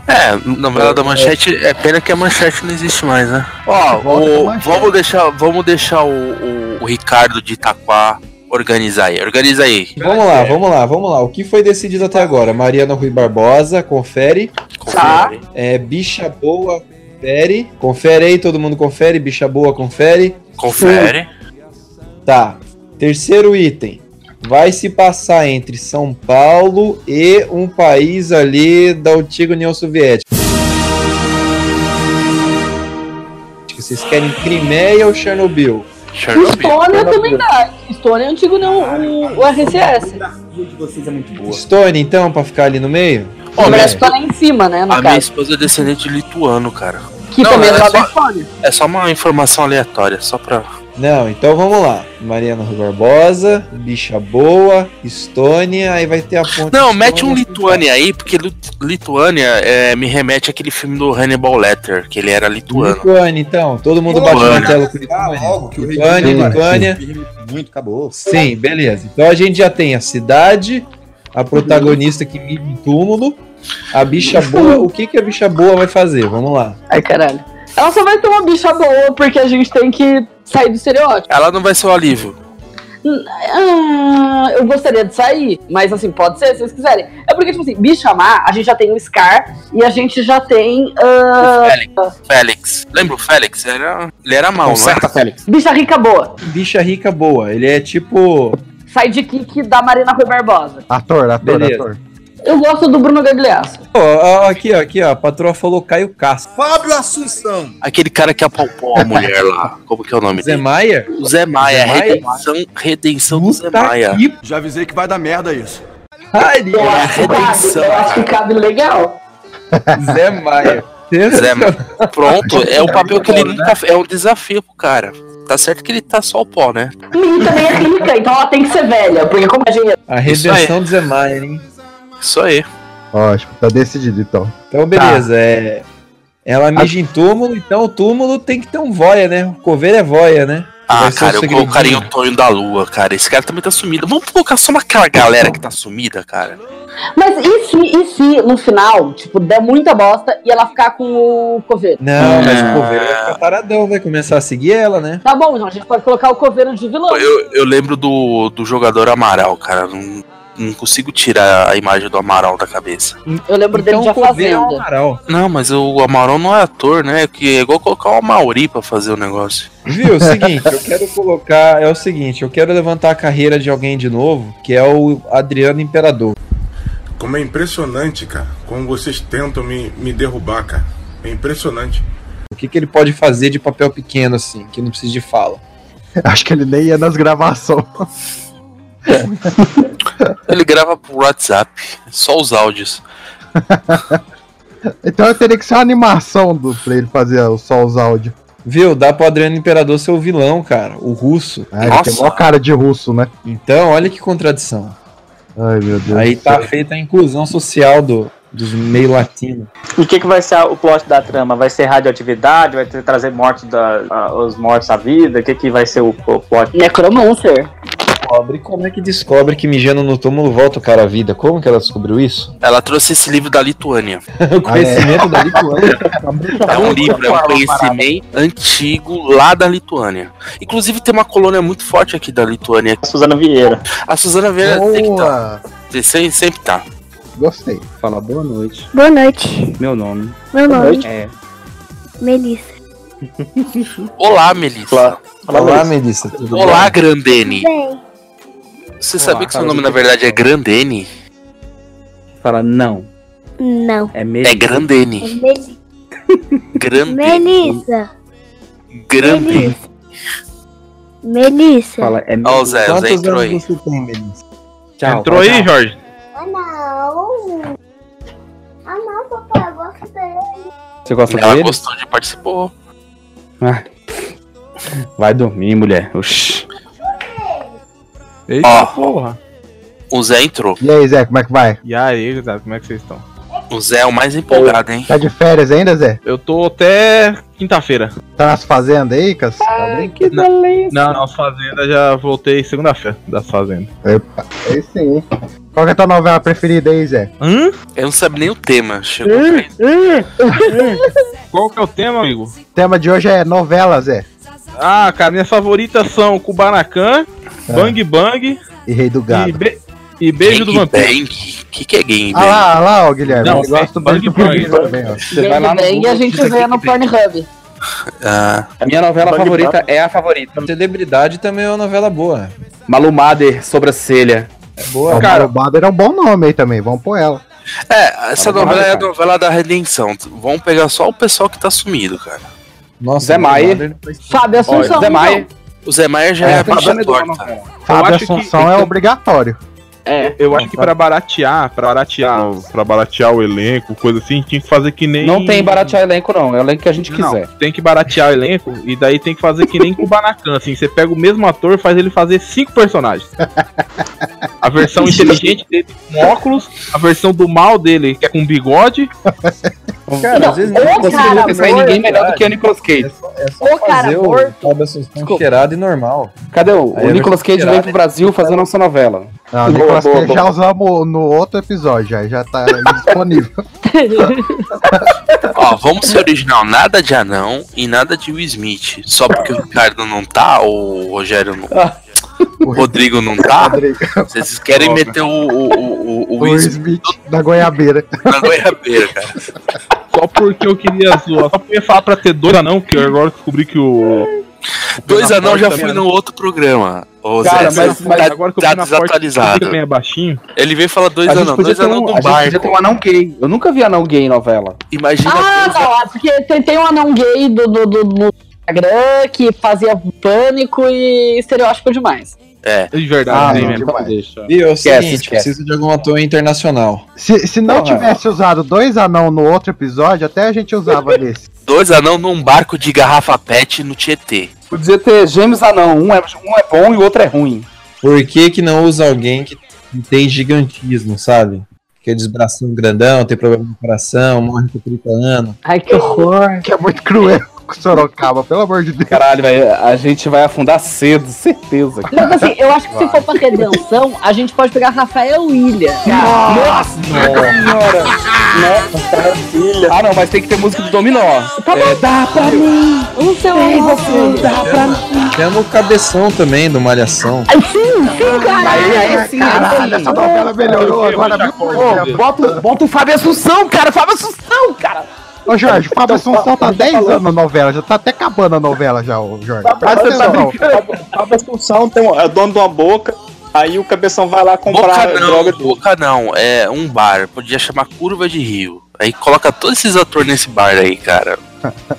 Speaker 6: É, novela da manchete, é pena que a manchete não existe mais, né? Ó, o- vamos deixar, vamos deixar o, o- o Ricardo de Itaquá organizar aí. Organiza aí.
Speaker 14: Vamos lá, vamos lá, vamos lá. O que foi decidido até agora? Mariana Rui Barbosa, confere.
Speaker 6: Tá.
Speaker 14: É, Bicha Boa, confere. Confere aí, todo mundo confere. Bicha Boa, confere.
Speaker 6: Confere.
Speaker 14: Tá. Terceiro item. Vai se passar entre São Paulo e um país ali da antiga União Soviética. Vocês querem Crimeia ou Chernobyl?
Speaker 7: Estônia também dá. Estônia é antigo não, o, o RCS.
Speaker 14: Estônia, então, pra ficar ali no meio?
Speaker 7: O Brasil tá lá em cima, né?
Speaker 6: A
Speaker 7: No
Speaker 6: minha
Speaker 7: caso.
Speaker 6: esposa é descendente de lituano, cara.
Speaker 7: Que também
Speaker 6: é,
Speaker 7: é lá da
Speaker 6: só,
Speaker 7: Estônia.
Speaker 6: é só uma informação aleatória, só pra.
Speaker 14: Não, então vamos lá. Mariana Rui Barbosa, Bicha Boa, Estônia, aí vai ter a ponte.
Speaker 6: Não, mete um
Speaker 14: Estônia.
Speaker 6: Lituânia aí, porque Lu- Lituânia é, me remete àquele filme do Hannibal Lecter, que ele era lituano.
Speaker 14: Lituânia, então. Todo mundo bate
Speaker 6: Lituânia.
Speaker 14: no
Speaker 8: é
Speaker 14: telo com Lituânia. Lituânia,
Speaker 19: né?
Speaker 14: Lituânia.
Speaker 9: Muito, acabou.
Speaker 14: Sim, beleza. Então a gente já tem a cidade, a protagonista que vive em túmulo, a bicha boa. O que, que a bicha boa vai fazer? Vamos lá.
Speaker 7: Ai, caralho. Ela só vai ter uma bicha boa porque a gente tem que sair do estereótipo.
Speaker 6: Ela não vai ser o alívio.
Speaker 7: Ah, eu gostaria de sair, mas assim, pode ser, se vocês quiserem. É porque, tipo assim, bicha má, a gente já tem o Scar e a gente já tem. ah,
Speaker 6: Félix. Lembra o Félix? Era, ele era mal, não era?
Speaker 14: Félix.
Speaker 7: bicha rica boa.
Speaker 14: Bicha rica boa. Ele é tipo.
Speaker 7: Sidekick da Marina Rui Barbosa.
Speaker 8: Ator, ator,
Speaker 14: Beleza.
Speaker 8: ator.
Speaker 7: Eu gosto do Bruno Gagliasso.
Speaker 14: Ó, ó, aqui, ó, aqui, ó. A patroa falou Caio Castro.
Speaker 9: Fábio Assunção.
Speaker 6: Aquele cara que apalpou a mulher lá. Como que é o nome
Speaker 14: Zé
Speaker 6: dele?
Speaker 14: Maia?
Speaker 6: O Zé Maia,
Speaker 14: Zé Maia?
Speaker 6: redenção, redenção do Zé Maia.
Speaker 19: Já avisei que vai dar merda isso.
Speaker 14: Maria.
Speaker 6: é
Speaker 7: Eu acho que cabe, eu acho que cabe legal.
Speaker 14: Zé Maia.
Speaker 6: Zé Maia. Pronto, é o papel que ele nunca fez. É um desafio pro cara. Tá certo que ele tá só o pó, né?
Speaker 7: Menina também é rica, então ela tem que ser velha, porque como é a gente.
Speaker 14: A
Speaker 6: Isso aí.
Speaker 14: redenção do Zé Maia, hein?
Speaker 6: Isso aí.
Speaker 8: Ótimo, tá decidido então.
Speaker 14: Então, beleza. É... Ela mija em túmulo, então o túmulo tem que ter um voia, né? O coveiro é voia, né?
Speaker 6: Ah,
Speaker 14: Vai ser o
Speaker 6: cara, eu
Speaker 14: segredinho.
Speaker 6: colocaria o Tonho da Lua, cara. Esse cara também tá sumido. Vamos colocar só aquela galera que tá sumida, cara.
Speaker 7: Mas e se, e se no final, tipo, der muita bosta e ela ficar com o coveiro?
Speaker 8: Hum.
Speaker 14: Não, mas o coveiro vai ficar paradão, vai começar a seguir ela, né?
Speaker 7: Tá bom, então a gente pode colocar o coveiro de vilão.
Speaker 6: Eu, eu lembro do, do jogador Amaral, cara. Não, não consigo tirar a imagem do Amaral da cabeça.
Speaker 7: Eu lembro
Speaker 14: Então,
Speaker 7: dele de A Fazenda.
Speaker 14: é um Amaral.
Speaker 6: Não, mas o Amaral não é ator, né? Que é igual colocar o Mauri pra fazer o negócio.
Speaker 14: Viu? O seguinte, eu quero colocar. É o seguinte, eu quero levantar a carreira de alguém de novo, que é o Adriano Imperador.
Speaker 20: Como é impressionante, cara. Como vocês tentam me, me derrubar, cara. É impressionante.
Speaker 14: O que, que ele pode fazer de papel pequeno, assim, que não precisa de fala?
Speaker 8: Acho que ele nem ia nas gravações.
Speaker 6: Ele grava por WhatsApp, é só os áudios.
Speaker 8: Então eu teria que ser uma animação do, pra ele fazer o- só os áudios.
Speaker 14: Viu? Dá pro Adriano Imperador ser o vilão, cara. O russo.
Speaker 8: Ah, ele tem maior cara de russo, né?
Speaker 14: Então, olha que contradição.
Speaker 8: Ai, meu Deus.
Speaker 14: Aí tá feita a inclusão social do, dos meio latino.
Speaker 10: E o que, que vai ser a- o plot da trama? Vai ser radioatividade? Vai ter- trazer morte da, a- os mortos à vida? O que, que vai ser o, o plot?
Speaker 7: Necromancer.
Speaker 14: Descobre como é que descobre que mijando no túmulo volta o cara à vida? Como que ela descobriu isso?
Speaker 6: Ela trouxe esse livro da Lituânia.
Speaker 14: o conhecimento da Lituânia.
Speaker 6: É um livro, é um conhecimento antigo lá da Lituânia. Inclusive tem uma colônia muito forte aqui da Lituânia. A
Speaker 10: Suzana Vieira.
Speaker 6: A Suzana Vieira tem que tá. Tem- sem- Sempre tá.
Speaker 8: Gostei.
Speaker 21: Fala boa noite.
Speaker 22: Boa noite.
Speaker 21: Meu nome.
Speaker 22: Meu nome
Speaker 21: É.
Speaker 22: Melissa.
Speaker 6: Olá, Melissa. Olá,
Speaker 14: Olá, Melissa. tudo
Speaker 6: Olá,
Speaker 14: bem?
Speaker 6: Grandene.
Speaker 22: Bem,
Speaker 6: Você
Speaker 21: Olá,
Speaker 6: sabia que seu
Speaker 21: cara,
Speaker 6: nome
Speaker 21: eu
Speaker 6: na
Speaker 21: tô-
Speaker 6: verdade é Grandene?
Speaker 21: Fala não.
Speaker 22: não.
Speaker 21: É Melissa.
Speaker 6: É Grandene.
Speaker 22: Mel-
Speaker 6: Grande.
Speaker 22: Melissa.
Speaker 6: Grande.
Speaker 22: Melissa.
Speaker 23: Melissa.
Speaker 24: Fala, é
Speaker 6: Ó, o Zé, o Zé
Speaker 24: Quantos
Speaker 6: entrou
Speaker 24: anos
Speaker 6: aí.
Speaker 24: você tem, Melissa? Tchau,
Speaker 6: Entrou
Speaker 24: vai,
Speaker 6: aí,
Speaker 24: tchau.
Speaker 6: Jorge?
Speaker 23: Ah, não. Ah, não, papai, eu gosto dele.
Speaker 24: Você gosta
Speaker 6: Ela
Speaker 24: dele?
Speaker 6: gostou de participou.
Speaker 24: Ah. Vai dormir, mulher. Oxi.
Speaker 13: Eita
Speaker 6: Ó.
Speaker 13: porra.
Speaker 6: O Zé entrou.
Speaker 8: E aí, Zé, como é que vai?
Speaker 13: E aí, Gustavo, como é que vocês estão?
Speaker 6: O Zé é o mais empolgado, hein?
Speaker 8: Tá de férias ainda, Zé?
Speaker 13: Eu tô até quinta-feira.
Speaker 8: Tá nas fazendas aí, Cas? Tá
Speaker 13: que delícia. Não, não, fazenda já voltei segunda-feira da fazenda.
Speaker 8: Epa, aí sim. Qual que é a tua novela preferida aí, Zé?
Speaker 13: Hum?
Speaker 6: Eu não sabe nem o tema. Chegou.
Speaker 13: Qual que é o tema, amigo?
Speaker 8: O tema de hoje é novela, Zé.
Speaker 13: Ah, cara, minhas favoritas são Kubanacan, Bang Bang
Speaker 8: É. E Rei do
Speaker 13: e,
Speaker 8: Gado.
Speaker 13: Be- e Beijo do Vampiro.
Speaker 6: O que, que é game?
Speaker 8: Ah lá, ah lá, ó, Guilherme.
Speaker 13: Não,
Speaker 8: eu gosto
Speaker 13: Bang
Speaker 8: muito do
Speaker 13: Bang.
Speaker 8: Guilherme também, ó.
Speaker 7: Bang Bang e a gente vê no Pornhub.
Speaker 6: Ah,
Speaker 24: A minha novela
Speaker 13: Bang
Speaker 24: favorita
Speaker 13: Bang.
Speaker 24: é a favorita.
Speaker 13: Celebridade também é uma novela boa.
Speaker 24: Malumader, sobrancelha.
Speaker 8: É boa,
Speaker 13: cara.
Speaker 8: cara. Bader é um bom nome aí também, vamos pôr ela.
Speaker 6: É, essa
Speaker 24: Fala
Speaker 6: novela é a
Speaker 24: nada,
Speaker 6: novela da redenção. Vamos pegar só o pessoal que tá sumido, cara.
Speaker 13: Nossa,
Speaker 24: Zé Maia.
Speaker 7: Fábio Assunção.
Speaker 24: Zé Maia.
Speaker 6: O Zé Maia já
Speaker 8: É,
Speaker 6: é, a
Speaker 8: tem
Speaker 6: baba
Speaker 24: chama de
Speaker 6: torta.
Speaker 8: Fábio
Speaker 13: acho que-
Speaker 8: Assunção é obrigatório.
Speaker 24: É.
Speaker 3: Eu acho que pra baratear, pra baratear, pra baratear o elenco, coisa assim, tinha que fazer que nem.
Speaker 24: Não tem baratear elenco, não. É o elenco que a gente
Speaker 3: Não,
Speaker 24: quiser.
Speaker 13: Tem que baratear o elenco e daí tem que fazer que nem Kubanacan, assim, você pega o mesmo ator e faz ele fazer cinco personagens. A versão inteligente dele com óculos, a versão do mal dele que é com bigode.
Speaker 7: Não, ô, cara,
Speaker 24: pensar em
Speaker 7: amor.
Speaker 24: ninguém melhor do que o Nicolas Cage.
Speaker 13: É só
Speaker 7: Ô, cara, amor.
Speaker 13: Fábio Assunção
Speaker 24: Desculpa.
Speaker 13: cheirado e normal.
Speaker 24: Cadê o,
Speaker 13: Aí
Speaker 24: o
Speaker 13: é
Speaker 24: Nicolas Cage
Speaker 13: verdade.
Speaker 24: veio pro Brasil fazer nossa novela?
Speaker 8: Não, o
Speaker 24: Boa,
Speaker 8: Nicolas
Speaker 24: boa,
Speaker 8: Cage
Speaker 24: boa.
Speaker 8: já usamos no outro episódio, já, já tá disponível.
Speaker 6: Ó, vamos ser original. Nada de anão e nada de Will Smith. Só porque o Ricardo não tá, ou o Rogério não.
Speaker 13: Ah.
Speaker 6: O Rodrigo não tá.
Speaker 8: Rodrigo.
Speaker 6: Vocês querem meter o, o, o, o- o
Speaker 8: O
Speaker 6: Will Smith
Speaker 8: Smith da Goiabeira.
Speaker 6: na goiabeira, cara.
Speaker 13: Só porque eu queria zoar. Só porque eu ia falar pra ter dois anão, que eu agora descobri que o.
Speaker 6: Dois
Speaker 13: Pena
Speaker 6: anão já
Speaker 13: Forte
Speaker 6: foi
Speaker 13: também.
Speaker 6: no outro programa. Ô,
Speaker 13: Cara,
Speaker 6: Zé,
Speaker 13: mas,
Speaker 6: você
Speaker 13: mas
Speaker 6: tá,
Speaker 13: agora que eu
Speaker 6: tá
Speaker 13: fui na porta
Speaker 6: desatualizado.
Speaker 13: que também é baixinho.
Speaker 6: Ele veio falar dois
Speaker 24: a gente
Speaker 6: anão,
Speaker 24: podia
Speaker 6: dois
Speaker 24: ter
Speaker 6: anão
Speaker 24: um,
Speaker 6: do
Speaker 24: a gente podia
Speaker 6: barco.
Speaker 24: ter um anão gay. Eu nunca vi anão gay em novela.
Speaker 6: Imagina
Speaker 7: Ah,
Speaker 6: dois
Speaker 7: tá, porque tem, tem um anão gay do, do, do, do Instagram que fazia pânico e estereótipo demais.
Speaker 6: É.
Speaker 13: De verdade,
Speaker 8: Ah,
Speaker 13: hein,
Speaker 8: não,
Speaker 13: mesmo.
Speaker 8: demais.
Speaker 13: Deixa.
Speaker 14: E eu
Speaker 24: Esquece, esquece.
Speaker 14: é preciso de algum ator internacional.
Speaker 8: Se, se não
Speaker 24: Porra.
Speaker 8: tivesse usado dois anão no outro episódio, até a gente usava nesse.
Speaker 6: Dois anão num barco de garrafa pet no Tietê.
Speaker 24: Podia ter gêmeos anão. Um é, um é bom e o outro é ruim.
Speaker 14: Por que que não usa alguém que tem gigantismo, sabe? Que é desbração grandão, tem problema no coração, morre com 30 anos.
Speaker 7: Ai, que horror.
Speaker 8: Que é muito cruel com Sorocaba, pelo amor de Deus.
Speaker 24: Caralho, velho, a gente vai afundar cedo, certeza. cara.
Speaker 7: Mas assim, eu acho que se for pra redenção, a gente pode pegar Rafael William.
Speaker 24: Nossa senhora! Nossa, ah, não, mas tem que ter música do Dominó. É, dá pra mim!
Speaker 7: Um seu você.
Speaker 24: Dá
Speaker 8: É.
Speaker 24: pra mim!
Speaker 14: Chama o cabeção também do Malhação.
Speaker 7: Ai, sim, sim, caralho.
Speaker 24: aí sim,
Speaker 8: Caralho,
Speaker 24: tá
Speaker 8: essa novela melhorou agora, viu? por exemplo?
Speaker 24: Bota, bota o Fábio Assunção, cara! Fábio Assunção, cara!
Speaker 8: Ô Jorge, o Fábio
Speaker 24: Então,
Speaker 8: Assunção tá 10 anos na novela, já tá até acabando a novela já, ô Jorge.
Speaker 24: Tá
Speaker 8: Presta atenção.
Speaker 10: Fábio Assunção tem um, é dono de uma boca, aí o cabeção vai lá comprar
Speaker 6: Boca não,
Speaker 10: droga.
Speaker 6: boca não, é um bar. Podia chamar Curva de Rio. Aí coloca todos esses atores nesse bar aí, cara.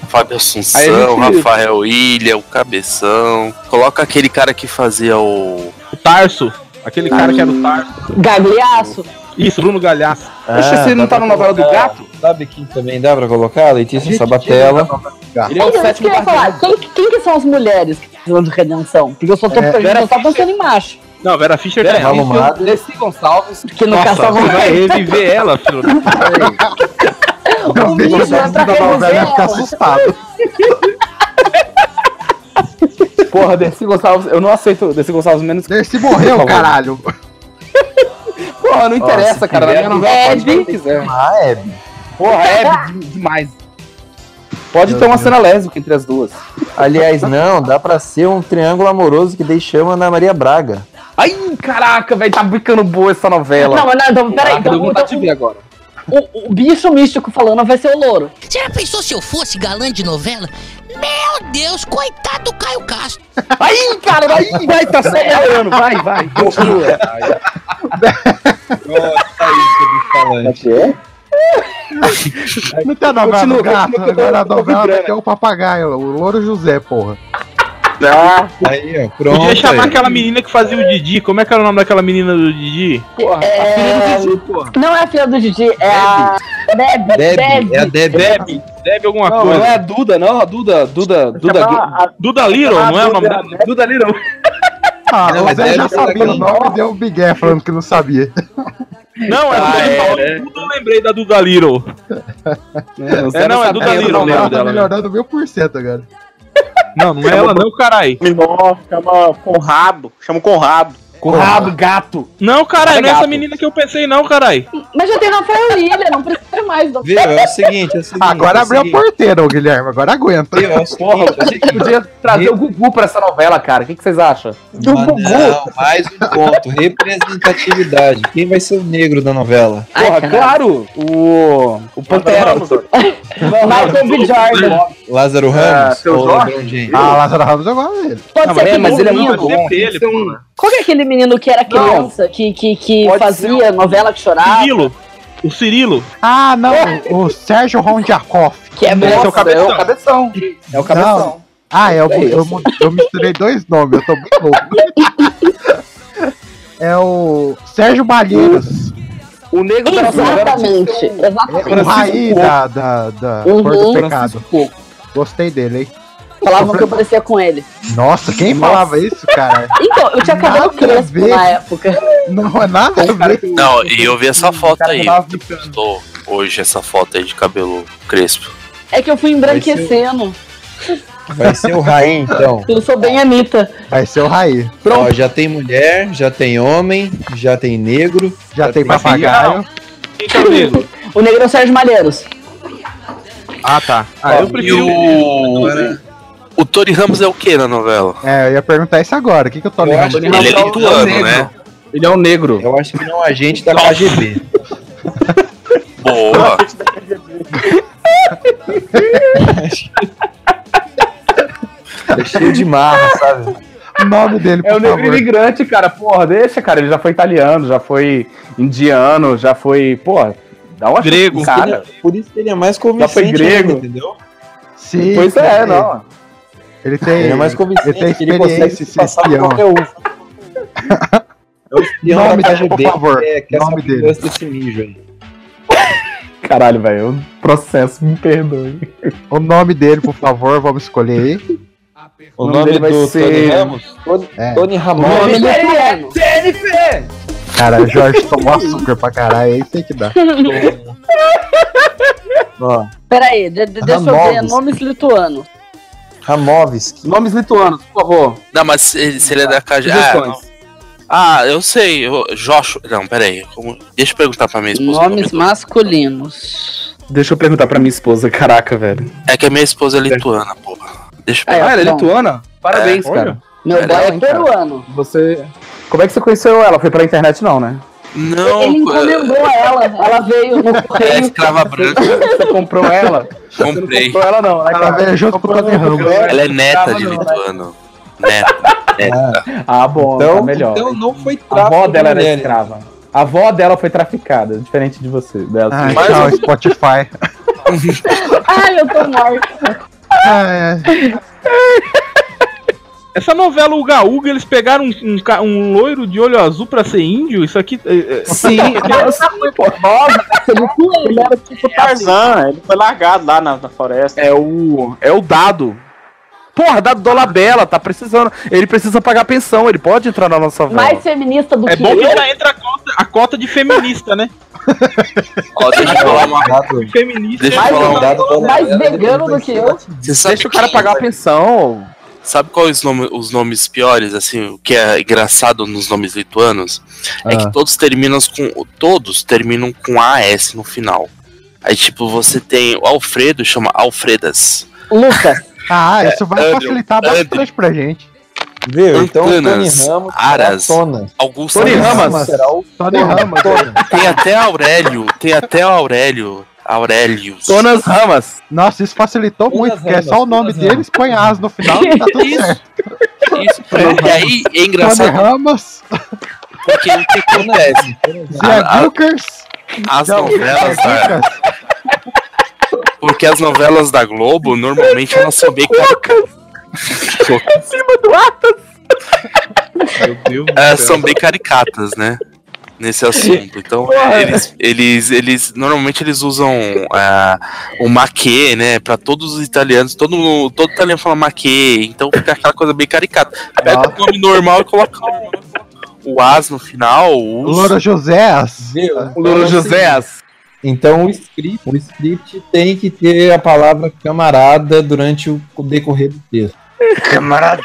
Speaker 6: Fábio Assunção,
Speaker 24: Aí a gente-
Speaker 6: Rafael Ilha, o Cabeção. Coloca aquele cara que fazia o.
Speaker 13: O Tarso. Aquele cara que era o Tarso.
Speaker 7: Gagliaço.
Speaker 13: Isso, Bruno Galhaço.
Speaker 24: Poxa, você não
Speaker 14: Ah, dá
Speaker 24: tá na
Speaker 14: pra
Speaker 24: novela do
Speaker 14: colocar-
Speaker 24: gato?
Speaker 14: Sabe quem também dá pra colocar? Letícia Sabatella.
Speaker 24: Ele é
Speaker 7: Então,
Speaker 24: o
Speaker 7: isso que
Speaker 24: sétimo
Speaker 7: eu ia
Speaker 24: guardião.
Speaker 7: falar. Quem, quem que são as mulheres que precisam de redenção? Porque eu só tô,
Speaker 8: É,
Speaker 7: eu
Speaker 24: Vera
Speaker 7: só tô pensando em macho.
Speaker 13: Não, Vera Fischer
Speaker 24: Vera
Speaker 13: tá errado.
Speaker 24: Fischer, Desi Gonçalves.
Speaker 7: Que no
Speaker 13: Nossa,
Speaker 7: caçava
Speaker 13: você vai reviver ela, filho.
Speaker 8: Não deixa
Speaker 7: menino
Speaker 8: o
Speaker 7: é pra
Speaker 8: Jorge da novela
Speaker 7: resolver
Speaker 8: ficar
Speaker 7: ela.
Speaker 8: assustado.
Speaker 24: Porra, Desi Gonçalves, eu não aceito Desi Gonçalves menos que.
Speaker 8: Esse
Speaker 24: Por
Speaker 8: morreu,
Speaker 24: favor.
Speaker 8: caralho.
Speaker 24: Porra, não interessa, cara. Na minha novela pode quem
Speaker 7: Hebe.
Speaker 24: quiser.
Speaker 14: Ah, é.
Speaker 24: Porra, é de- demais. Pode ter uma cena lésbica entre as duas.
Speaker 14: Aliás, não, dá pra ser um triângulo amoroso que dei chama na Maria Braga.
Speaker 24: Ai, caraca, velho, tá ficando boa essa novela.
Speaker 7: Não, mas não, então, peraí.
Speaker 8: Ah,
Speaker 24: Caraca, deu
Speaker 8: um
Speaker 7: Então,
Speaker 24: vontade de ver agora.
Speaker 7: então, o, o bicho místico falando vai ser o louro.
Speaker 25: Você já pensou se eu fosse galã de novela? Meu Deus, coitado do Caio Castro.
Speaker 24: Aí, cara, vai, vai, tá acelerando, vai, vai. continua.
Speaker 8: Não tem a novela do
Speaker 24: Continua,
Speaker 8: gato,
Speaker 24: continua,
Speaker 8: agora a
Speaker 24: continua,
Speaker 8: novela
Speaker 24: continua,
Speaker 8: é um tem o papagaio, o Louro José, porra.
Speaker 24: Ah,
Speaker 14: Aí, ó, pronto.
Speaker 13: Podia chamar
Speaker 14: aí.
Speaker 13: aquela menina que fazia o Didi. Como é que era o nome daquela menina do Didi?
Speaker 7: Porra, é... Não é a filha do Didi, é a. Deb.
Speaker 13: Deb, é a Deb.
Speaker 24: Deb.
Speaker 13: Deve alguma
Speaker 24: Não,
Speaker 13: coisa.
Speaker 24: não é a Duda, não. A Duda, Duda, Duda.
Speaker 13: a- Duda Little, não é o nome dela?
Speaker 24: Duda Little.
Speaker 8: Ah,
Speaker 24: Não, mas
Speaker 8: você
Speaker 24: é
Speaker 8: já
Speaker 24: aquela
Speaker 8: sabia o
Speaker 24: que-
Speaker 8: nome deu um bigué falando que não sabia.
Speaker 13: Não, é
Speaker 24: Ah,
Speaker 13: Duda
Speaker 24: é,
Speaker 13: Little.
Speaker 6: né?
Speaker 13: Eu lembrei da Duda Little.
Speaker 24: você
Speaker 13: É,
Speaker 24: não
Speaker 13: não, é
Speaker 24: sabia
Speaker 13: Duda
Speaker 24: do
Speaker 13: Little o
Speaker 24: nome né?
Speaker 13: nome
Speaker 8: tá
Speaker 13: dela. né?
Speaker 8: melhorando mil por cento agora.
Speaker 13: Não, não é ela não, caralho.
Speaker 10: Menor, chama com rabo. Chama com rabo.
Speaker 13: Com rabo,
Speaker 24: gato.
Speaker 13: Não, caralho, não é
Speaker 10: Gato.
Speaker 13: essa menina que eu pensei, não, caralho.
Speaker 7: Mas já tem Rafael William, não precisa mais do.
Speaker 14: Viu? É o seguinte, é o
Speaker 24: Ah,
Speaker 14: seguinte.
Speaker 8: Agora
Speaker 14: é o
Speaker 8: abriu a
Speaker 14: seguinte.
Speaker 8: porteira, ô Guilherme. Agora aguenta.
Speaker 14: Viu? É o seguinte,
Speaker 24: Porra,
Speaker 14: é o
Speaker 24: a gente
Speaker 14: seguinte.
Speaker 24: podia trazer o Gugu pra essa novela, cara. O que, que vocês acham?
Speaker 14: Ah, não, mais um ponto. Representatividade. Quem vai ser o negro da novela?
Speaker 24: Porra, claro! O. O Pantera.
Speaker 7: Michael B. Jordan.
Speaker 14: Lázaro
Speaker 24: Ah,
Speaker 14: Ramos
Speaker 24: seu
Speaker 14: ou
Speaker 24: Jorge?
Speaker 14: LeBron James?
Speaker 8: Ah, Lázaro Ramos eu gosto dele.
Speaker 7: Pode ser aquele
Speaker 24: mas ele é
Speaker 7: menino.
Speaker 24: muito bom. tem que ser um-
Speaker 7: Qual que é aquele menino que era criança, que, que, que
Speaker 8: um
Speaker 7: fazia novela que chorava?
Speaker 13: Cirilo. O Cirilo.
Speaker 8: Ah, não. o Sérgio Rondjakoff.
Speaker 7: Que é
Speaker 24: Esse é
Speaker 7: bom.
Speaker 24: o cabeção. É o cabeção. É o cabeção.
Speaker 8: Não. Ah, é, eu,
Speaker 24: É
Speaker 8: eu,
Speaker 24: esse.
Speaker 8: mu- eu misturei dois nomes, eu tô muito louco. É o Sérgio Malheiros,
Speaker 24: O negro da
Speaker 8: né?
Speaker 24: nossa novela. tinha que
Speaker 7: Exatamente.
Speaker 24: ser um-
Speaker 7: Exatamente.
Speaker 8: o raiz
Speaker 24: Coco.
Speaker 8: da, da, da
Speaker 7: Uhum.
Speaker 8: Cor do
Speaker 24: Francisco
Speaker 8: Pecado.
Speaker 24: Coco.
Speaker 8: Gostei dele, hein?
Speaker 7: Falavam que eu parecia com ele.
Speaker 8: Nossa, quem falava isso, cara?
Speaker 7: Então, eu tinha cabelo
Speaker 8: Nada a
Speaker 7: crespo
Speaker 8: ver.
Speaker 7: na época.
Speaker 8: Não é nada a ver.
Speaker 6: Não, e eu vi essa foto
Speaker 24: cara
Speaker 6: aí.
Speaker 24: tava
Speaker 6: que Postou hoje essa foto aí de cabelo crespo.
Speaker 7: É que eu fui embranquecendo.
Speaker 14: Vai ser o Raí, então.
Speaker 7: Eu sou bem Anitta.
Speaker 8: Vai ser o Raí.
Speaker 14: Ó, já tem mulher, já tem homem, já tem negro.
Speaker 8: Já tem
Speaker 14: tem
Speaker 8: papagaio.
Speaker 13: Quem
Speaker 8: um
Speaker 13: que é o negro?
Speaker 7: O negro é o Sérgio Malheiros.
Speaker 13: Ah, tá. Ah, eu
Speaker 6: E
Speaker 13: prefiro.
Speaker 6: o. O Tori Ramos é o que na novela?
Speaker 8: É, eu ia perguntar isso agora. O que, que eu
Speaker 24: Tá
Speaker 8: tô
Speaker 14: Eu
Speaker 8: lembrando?
Speaker 14: acho que
Speaker 6: Ele é
Speaker 14: não, um
Speaker 6: lituano, né?
Speaker 24: Ele é um negro.
Speaker 14: eu acho que não é um agente da KGB.
Speaker 6: Boa.
Speaker 14: É cheio de marra, sabe?
Speaker 8: O nome dele, por
Speaker 24: É o negro
Speaker 8: favor.
Speaker 24: imigrante, cara. Porra, deixa, cara. Ele já foi italiano, já foi indiano, já foi. Porra, dá uma
Speaker 13: Grego.
Speaker 24: Cara.
Speaker 14: Por isso que ele é mais
Speaker 24: Já
Speaker 14: convincente.
Speaker 24: foi grego.
Speaker 14: ainda, entendeu?
Speaker 8: Sim,
Speaker 24: pois é,
Speaker 8: ele-
Speaker 24: não.
Speaker 8: Ele tem,
Speaker 14: Ele é mais
Speaker 8: ele
Speaker 14: convincente.
Speaker 8: tem
Speaker 14: ele consegue
Speaker 8: experiência
Speaker 14: se
Speaker 8: em ser
Speaker 14: passar por
Speaker 8: espião.
Speaker 14: qualquer um. É o espião
Speaker 8: Nome
Speaker 14: da
Speaker 8: dele,
Speaker 14: KGB,
Speaker 8: por favor.
Speaker 14: que é, que é
Speaker 8: Nome
Speaker 14: essa
Speaker 8: dele.
Speaker 14: vingança desse mijo aí.
Speaker 24: Caralho, velho. eu Processo, me perdoe.
Speaker 8: O nome dele, por favor, vamos escolher aí.
Speaker 14: O
Speaker 24: nome
Speaker 14: nome,
Speaker 24: dele vai
Speaker 14: do
Speaker 24: ser-
Speaker 14: Tony Ramos? Tony,
Speaker 8: É.
Speaker 14: Tony
Speaker 24: Tá
Speaker 14: Ramon.
Speaker 7: Ele é venezuelano.
Speaker 8: Cara, o Jorge tomou açúcar pra caralho, é isso aí que dá.
Speaker 14: Ó,
Speaker 7: Peraí, de, de, deixa eu ver.
Speaker 14: Ramones.
Speaker 7: Nomes lituanos.
Speaker 14: Ramovski.
Speaker 24: Nomes lituanos, por favor.
Speaker 6: Não, mas se, se ele é da KG. Ah, não.
Speaker 24: Sugestões.
Speaker 6: Ah, eu sei. Eu, Joshua. Não, peraí. Como... Deixa eu perguntar pra minha esposa.
Speaker 7: Nomes masculinos.
Speaker 24: Deixa eu perguntar pra minha esposa. Caraca, velho.
Speaker 6: É que a minha esposa é lituana, porra. Deixa eu
Speaker 7: Aí,
Speaker 6: perguntar.
Speaker 24: Ah, ela é
Speaker 7: Bom.
Speaker 24: lituana? Parabéns,
Speaker 13: É, olha.
Speaker 24: cara.
Speaker 7: Meu boy é
Speaker 24: Caralho, cara.
Speaker 7: peruano.
Speaker 24: Você. Como é que você conheceu ela? Foi pela internet, não, né?
Speaker 6: Não,
Speaker 7: Ele encomendou a ela. Ela veio no
Speaker 6: é
Speaker 7: correio.
Speaker 6: escrava branca.
Speaker 24: Você comprou ela? Você não
Speaker 6: Comprei.
Speaker 24: comprou ela, não. né,
Speaker 8: Ela
Speaker 24: cara?
Speaker 8: veio junto com o Tony Ramos.
Speaker 6: Ela é neta de
Speaker 24: Não, né?
Speaker 6: lituano. Neta. neta.
Speaker 24: Ah, bom, tá
Speaker 14: Então,
Speaker 24: melhor.
Speaker 14: então não foi
Speaker 24: A avó
Speaker 14: tráfico
Speaker 24: dela
Speaker 14: de
Speaker 24: era
Speaker 14: mulheres.
Speaker 24: escrava. A avó dela foi traficada, diferente de você. Dela,
Speaker 8: Ah,
Speaker 24: assim.
Speaker 6: Mas-
Speaker 8: tchau, Spotify.
Speaker 24: então.
Speaker 7: Ai, eu tô morta.
Speaker 8: Ah, é.
Speaker 13: Essa novela O Gaúga, eles pegaram um, um ca- um loiro de olho azul pra ser índio? Isso aqui. é- é-
Speaker 24: Sim, eu sei, pô. Nossa,
Speaker 7: Ele era tipo
Speaker 13: assim,
Speaker 7: Tarzan.
Speaker 10: É Tarzan, ele foi largado lá na, na floresta.
Speaker 24: é o. É o dado. Porra, dado Dolabella, tá precisando. Ele precisa pagar pensão, ele pode entrar na nossa novela.
Speaker 7: Mais feminista do
Speaker 13: É
Speaker 7: que
Speaker 13: bom que
Speaker 7: eu.
Speaker 13: já entra a cota, a cota de feminista, né?
Speaker 6: Ó, deixa eu falar uma
Speaker 14: Dado-
Speaker 13: Feminista.
Speaker 6: Deixa eu
Speaker 13: Mas-
Speaker 6: falar um
Speaker 14: dado pela-
Speaker 7: mais
Speaker 14: ela
Speaker 7: vegano
Speaker 14: depois
Speaker 7: do que eu.
Speaker 6: Você sabe
Speaker 24: Deixa o cara
Speaker 6: que-
Speaker 24: pagar a pensão.
Speaker 6: Sabe quais os, nome- os nomes piores, assim, o que é engraçado nos nomes lituanos? É
Speaker 8: Ah.
Speaker 6: que todos terminam com. Todos terminam com AS no final. Aí, tipo, você tem o Alfredo, chama Alfredas.
Speaker 7: Lucas.
Speaker 8: Ah, isso vai
Speaker 6: Andrew,
Speaker 8: facilitar
Speaker 6: Andrew.
Speaker 8: bastante pra gente.
Speaker 14: Viu? Então o Tony
Speaker 6: Antanas,
Speaker 14: Ramos
Speaker 6: Aras.
Speaker 14: será a Tona.
Speaker 6: Augusto.
Speaker 24: Tony Ramas.
Speaker 14: será o
Speaker 8: Tony Ramos.
Speaker 6: Tem até Aurélio. Tem até o Aurélio. Aurélio.
Speaker 24: Tonas Ramas.
Speaker 8: Nossa, isso facilitou
Speaker 14: Todas
Speaker 8: muito, porque é
Speaker 14: elas,
Speaker 8: só o nome
Speaker 14: todas
Speaker 8: deles, põe as no final e tá tudo
Speaker 6: Isso.
Speaker 8: certo. Tá
Speaker 6: Isso. E aí é
Speaker 8: Tony
Speaker 13: Tá
Speaker 6: engraçado
Speaker 8: Ramos,
Speaker 6: porque o que acontece?
Speaker 8: Zé
Speaker 6: Ah, ah.
Speaker 8: Gilkers,
Speaker 6: As
Speaker 8: Não,
Speaker 6: novelas
Speaker 13: tá
Speaker 6: da,
Speaker 8: Lucas.
Speaker 6: Porque as novelas da Globo normalmente elas são bem. Cocas!
Speaker 13: do Atlas.
Speaker 6: Elas são bem caricatas, né? Nesse assunto. Então,
Speaker 13: Porra.
Speaker 6: eles, eles, eles. Normalmente eles usam ah, o maquê, né? Pra todos os italianos. Todo, todo italiano fala maquê. Então fica aquela coisa bem caricata.
Speaker 13: Tá.
Speaker 6: Pega o nome normal e coloca o- o as no final. O
Speaker 8: Louro Joséas.
Speaker 14: Loro Joséas. Então o script, o script tem que ter a palavra camarada durante o decorrer do texto. Camarada.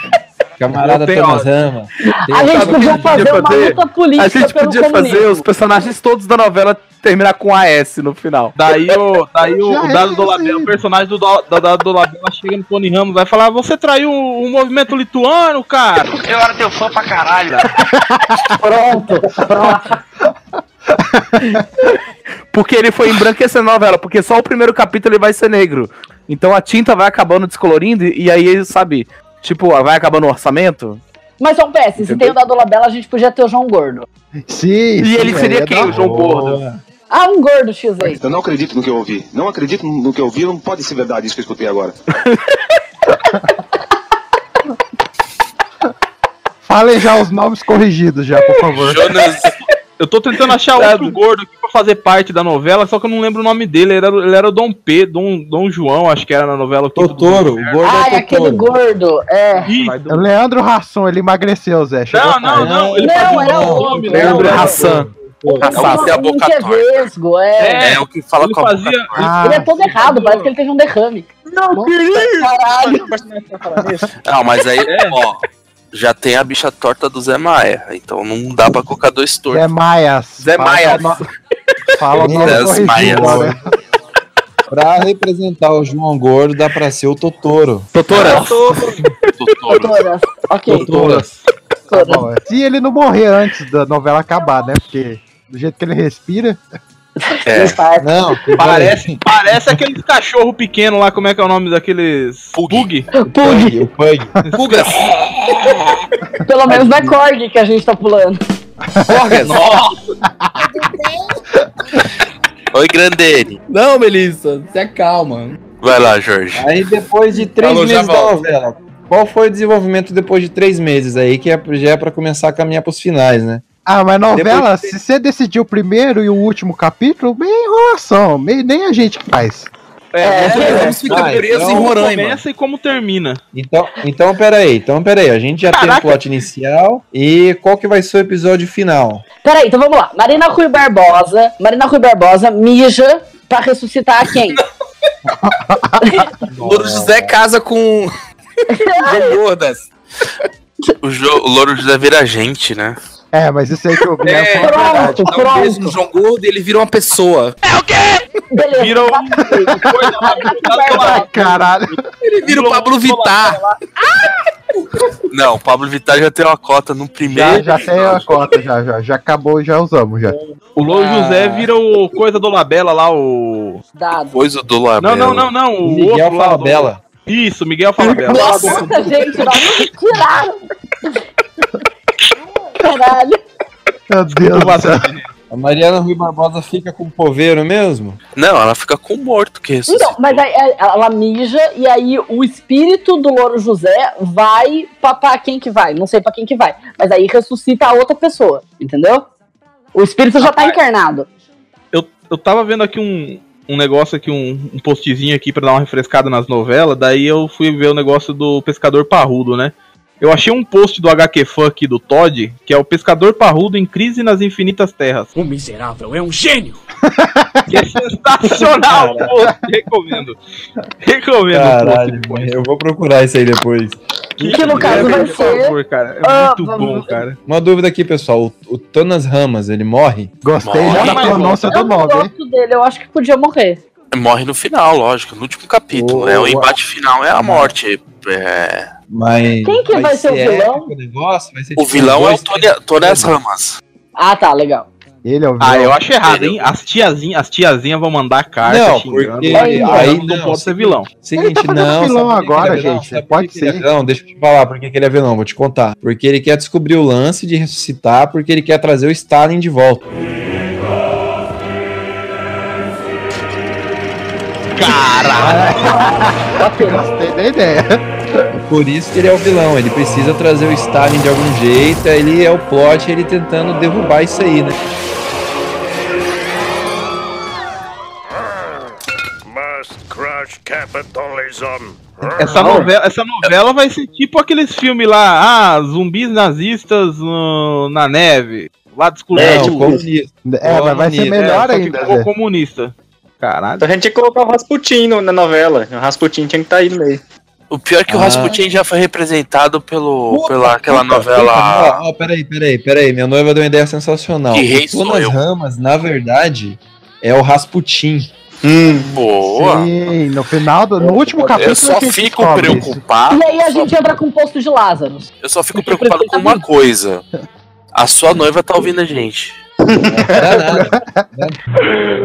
Speaker 14: Camarada
Speaker 24: Eu tenho-
Speaker 14: Thomas Rama.
Speaker 7: A
Speaker 24: Sabe
Speaker 7: gente
Speaker 24: o que
Speaker 7: podia
Speaker 24: a gente
Speaker 7: fazer
Speaker 24: podia
Speaker 7: uma luta política
Speaker 24: A gente
Speaker 7: pelo
Speaker 24: podia fazer
Speaker 7: comunismo.
Speaker 24: os personagens todos da novela terminar com AS no final.
Speaker 13: Daí o, daí o,
Speaker 24: Já
Speaker 13: o Dado Dolabella, o personagem do Do- da- Dado Dolabella chega no Tony Ramos, vai falar: Você traiu o, o movimento lituano, cara?
Speaker 6: Eu era teu fã pra caralho.
Speaker 24: Pronto, pronto. Porque ele foi embranquecendo a novela, porque só o primeiro capítulo ele vai ser negro. Então a tinta vai acabando descolorindo e aí ele sabe, tipo, vai acabando o orçamento.
Speaker 7: Mas são péssimos. Se tem o Dado Labela, a gente podia ter o João Gordo.
Speaker 8: Sim.
Speaker 24: E ele
Speaker 8: sim,
Speaker 24: seria
Speaker 8: é
Speaker 24: quem?
Speaker 8: da
Speaker 24: O João
Speaker 8: boa.
Speaker 24: Gordo?
Speaker 7: Ah, um gordo X aí.
Speaker 26: Eu não acredito no que eu ouvi. Não acredito no que eu ouvi. Não pode ser verdade isso que eu escutei agora.
Speaker 8: Falem já os nomes corrigidos já, por favor.
Speaker 13: Eu tô tentando achar outro gordo aqui pra fazer parte da novela, só que eu não lembro o nome dele. Ele era, ele era o Dom P, Dom, Dom João, acho que era na novela. Totoro, o
Speaker 7: gordo Ah, é aquele gordo. É.
Speaker 8: É o Leandro Rasson, ele emagreceu, Zé. Chegou tarde.
Speaker 13: não,
Speaker 7: ele
Speaker 13: faz
Speaker 7: não,
Speaker 13: um
Speaker 7: era
Speaker 13: nome,
Speaker 7: o homem.
Speaker 13: né?
Speaker 7: não,
Speaker 13: Leandro
Speaker 7: era o-
Speaker 13: Hassan.
Speaker 7: o-
Speaker 13: Hassan,
Speaker 7: o
Speaker 13: tem a
Speaker 7: homem
Speaker 13: boca
Speaker 7: que é
Speaker 13: torta.
Speaker 7: vesgo, é.
Speaker 6: É, o que fala
Speaker 13: ele
Speaker 6: com a boca
Speaker 13: fazia-
Speaker 8: Ah,
Speaker 6: torta.
Speaker 7: Ele é todo errado, parece que ele teve um derrame. Não, querido! Caralho!
Speaker 6: Não, mas aí, ó, já tem a bicha torta do Zé Maia, então não dá pra colocar dois tortos.
Speaker 8: Zé Maias.
Speaker 6: Zé
Speaker 8: Fala
Speaker 6: Maia.
Speaker 8: o no- Fala o nome
Speaker 6: Zé
Speaker 8: corrigido,
Speaker 6: Maia.
Speaker 8: né?
Speaker 14: Pra representar o João Gordo, dá pra ser o Totoro.
Speaker 24: Totora.
Speaker 7: Doutoras. Ok.
Speaker 14: Totoras.
Speaker 8: Tá bom, é. Se ele não morrer antes da novela acabar, né? Porque do jeito que ele respira.
Speaker 6: É.
Speaker 14: Não,
Speaker 13: Parece, parece aquele cachorro pequeno lá, como é que é o nome daqueles. Pug.
Speaker 7: Pug.
Speaker 14: O Pug.
Speaker 13: Pugas.
Speaker 7: Pelo menos não é Korg que a gente tá pulando.
Speaker 24: Corgas.
Speaker 6: Oi, Grandene.
Speaker 24: Não, Melissa, se acalma.
Speaker 6: Vai lá, Jorge.
Speaker 14: Aí depois de três
Speaker 24: Falou, já
Speaker 14: meses da
Speaker 24: volto.
Speaker 14: novela, qual foi o desenvolvimento depois de três meses aí, que é- já é pra começar a caminhar pros finais, né?
Speaker 8: Ah, mas novela,
Speaker 14: Depois
Speaker 8: se você decidir o primeiro e o último capítulo, meio enrolação, meio, nem a gente que faz.
Speaker 13: É,
Speaker 14: é, vai, então-
Speaker 13: Começa e como termina.
Speaker 14: Então, então peraí, então peraí, a gente já tem o plot inicial e qual que vai ser o episódio final?
Speaker 7: Peraí, então vamos lá. Marina Rui Barbosa. Marina Rui Barbosa mija pra ressuscitar quem?
Speaker 6: Louro José casa com. Gordas. O, jo... o Louro José vira gente, né?
Speaker 8: É, mas isso aí que eu vi é,
Speaker 27: É,
Speaker 8: foi verdade.
Speaker 27: dá um beijo no João Gordo e ele vira uma pessoa.
Speaker 7: Beleza.
Speaker 13: Vira um.
Speaker 8: Caralho.
Speaker 27: Ele vira o Pablo Vittar.
Speaker 6: Não, o Pablo Vittar já tem uma cota no
Speaker 13: Ah,
Speaker 8: Já,
Speaker 6: primeiro.
Speaker 8: já tem a cota, já, já. Já acabou, já usamos, já.
Speaker 13: O Louro
Speaker 14: Ah.
Speaker 13: José vira o coisa do Labela lá, o.
Speaker 7: Dado.
Speaker 6: Coisa do Labela.
Speaker 13: Não, não, não, não. O
Speaker 14: Miguel
Speaker 13: outro lá,
Speaker 14: Falabella.
Speaker 13: do- Isso, Miguel Falabella.
Speaker 7: Nossa, gente, nós tiraram. Caralho.
Speaker 8: Meu Deus do céu.
Speaker 14: A Mariana Rui Barbosa fica com o poveiro mesmo?
Speaker 6: Não, ela fica com o morto que ressuscita.
Speaker 7: Então, mas aí é, ela mija e aí o espírito do Louro José vai pra, pra quem que vai, não sei pra quem que vai, mas aí ressuscita a outra pessoa, entendeu? O espírito já tá encarnado.
Speaker 13: eu, eu tava vendo aqui um, um negócio aqui, um, um postzinho aqui pra dar uma refrescada nas novelas, daí eu fui ver o negócio do Pescador Parrudo, né? Eu achei um post do HQ Fan aqui do Todd, que é o Pescador Parrudo em Crise nas Infinitas Terras. O miserável é um gênio! Que é sensacional, pô! Recomendo. Recomendo.
Speaker 14: Caralho, mãe, eu vou procurar isso aí depois.
Speaker 7: Que no caso vai
Speaker 13: Por
Speaker 7: ser.
Speaker 13: favor, cara. É
Speaker 7: Ah,
Speaker 13: muito
Speaker 7: vamos-
Speaker 13: bom, cara.
Speaker 14: Uma dúvida aqui, pessoal, o, o Tonas Ramas, ele morre?
Speaker 8: Gostei
Speaker 14: já da
Speaker 8: pronúncia
Speaker 7: Eu não gosto dele, eu acho que podia morrer.
Speaker 6: Morre no final, lógico, no último capítulo.
Speaker 14: O-
Speaker 6: né? O embate final é a morte. É...
Speaker 14: Mas
Speaker 7: Quem que vai ser o vilão?
Speaker 14: O, negócio, vai ser
Speaker 6: O
Speaker 14: tipo
Speaker 6: vilão é o
Speaker 14: dois,
Speaker 6: Tony, Tony As Ramas.
Speaker 7: Ah, tá, legal.
Speaker 8: Ele é o
Speaker 13: Ah, eu acho errado, hein? As tiazinhas, as tiazinhas vão mandar carta
Speaker 14: Não,
Speaker 13: xingando,
Speaker 14: porque
Speaker 13: mas
Speaker 14: aí
Speaker 13: não,
Speaker 14: não,
Speaker 13: pode ser vilão.
Speaker 14: Seguinte,
Speaker 8: tá fazendo
Speaker 14: não.
Speaker 8: vilão
Speaker 14: sabe por que
Speaker 8: agora,
Speaker 14: ele é vilão?
Speaker 8: gente,
Speaker 14: Sabe
Speaker 8: pode
Speaker 14: por que ele
Speaker 8: ser.
Speaker 14: É vilão? Deixa eu te falar por que que ele é vilão, vou te contar. Porque ele quer descobrir o lance de ressuscitar, porque ele quer trazer o Stalin de volta.
Speaker 8: Caralho. Gostei da ideia.
Speaker 14: Por isso que ele é o vilão, ele precisa trazer o Stalin de algum jeito, ele é o plot, ele tentando derrubar isso aí, né?
Speaker 1: Must crush capitalism.
Speaker 13: Então,
Speaker 3: Essa novela, essa novela vai ser tipo aqueles filmes lá, ah, zumbis nazistas no- na neve, lado escuro.
Speaker 6: Né,
Speaker 8: É, tipo isso. É, mas vai ser melhor
Speaker 3: só que
Speaker 8: ainda,
Speaker 3: ficou
Speaker 8: Zé.
Speaker 3: comunista. Caralho.
Speaker 10: Então a gente tinha que colocar o Rasputin no- na novela. O Rasputin tinha que estar aí no meio.
Speaker 6: O pior é que o
Speaker 10: Ah.
Speaker 6: Rasputin já foi representado pelo, pela aquela
Speaker 14: Puta, tá
Speaker 6: novela.
Speaker 14: puta, Ó, ó, peraí, peraí, peraí. Minha noiva deu uma ideia sensacional.
Speaker 6: Que rei
Speaker 14: O
Speaker 6: sou
Speaker 14: Jonas
Speaker 6: eu?
Speaker 14: Ramas, na verdade, é o Rasputin.
Speaker 6: Hum, boa.
Speaker 8: Sim, no final do. No último capítulo.
Speaker 6: Eu só
Speaker 8: que a gente
Speaker 6: fico
Speaker 8: descobre isso.
Speaker 6: preocupado.
Speaker 7: E aí a gente entra com o posto de Lázaro.
Speaker 6: Eu só fico preocupado com uma coisa. A sua noiva tá ouvindo a gente.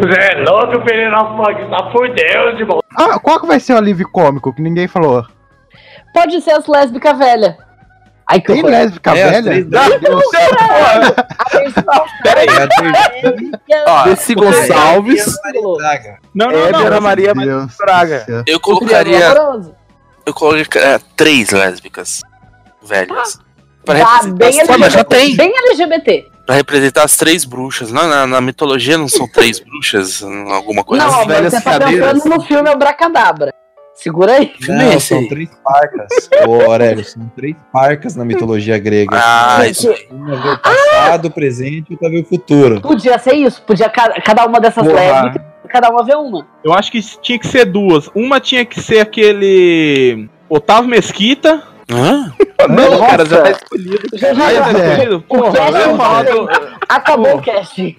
Speaker 27: Zé, louco, filho da puta, por Deus, irmão.
Speaker 8: Ah, qual que vai ser o alívio cômico que ninguém falou?
Speaker 7: Pode ser as lésbicas velhas. Ai, que
Speaker 8: Tem
Speaker 7: horror.
Speaker 8: lésbica
Speaker 7: É, as
Speaker 8: velha?
Speaker 7: três lésbicas. é
Speaker 24: Peraí,
Speaker 14: é
Speaker 24: Desse Gonçalves.
Speaker 3: Não,
Speaker 24: não, não. Vera Maria Braga. Triângulo
Speaker 6: Eu
Speaker 7: é
Speaker 6: colocaria. Eu colocaria três lésbicas velhas.
Speaker 3: Ah,
Speaker 6: Pra
Speaker 7: Tá bem
Speaker 6: representar, as- Ah, mas já
Speaker 7: LGBT.
Speaker 6: tem.
Speaker 7: Bem LGBT.
Speaker 6: pra representar as três bruxas. Na, na, na mitologia não são três bruxas? Alguma coisa assim?
Speaker 7: não, mas você tá pensando no filme Abracadabra. Segura aí.
Speaker 14: Não, são três parcas. Ô, Aurélio, são três parcas na mitologia grega.
Speaker 6: Ah,
Speaker 7: isso aí.
Speaker 14: Uma vê o passado, o presente e outra vê o futuro.
Speaker 7: Podia ser isso. Podia ca- cada uma dessas
Speaker 3: Porra.
Speaker 7: lésbicas, cada uma vê uma.
Speaker 3: Eu acho que tinha que ser duas. Uma tinha que ser é aquele. Otávio Mesquita.
Speaker 6: Hã?
Speaker 3: Não, cara, já tá
Speaker 7: escolhido.
Speaker 3: Ah, já tá escolhido? Porra, vai tomar no-
Speaker 7: Acabou o cast.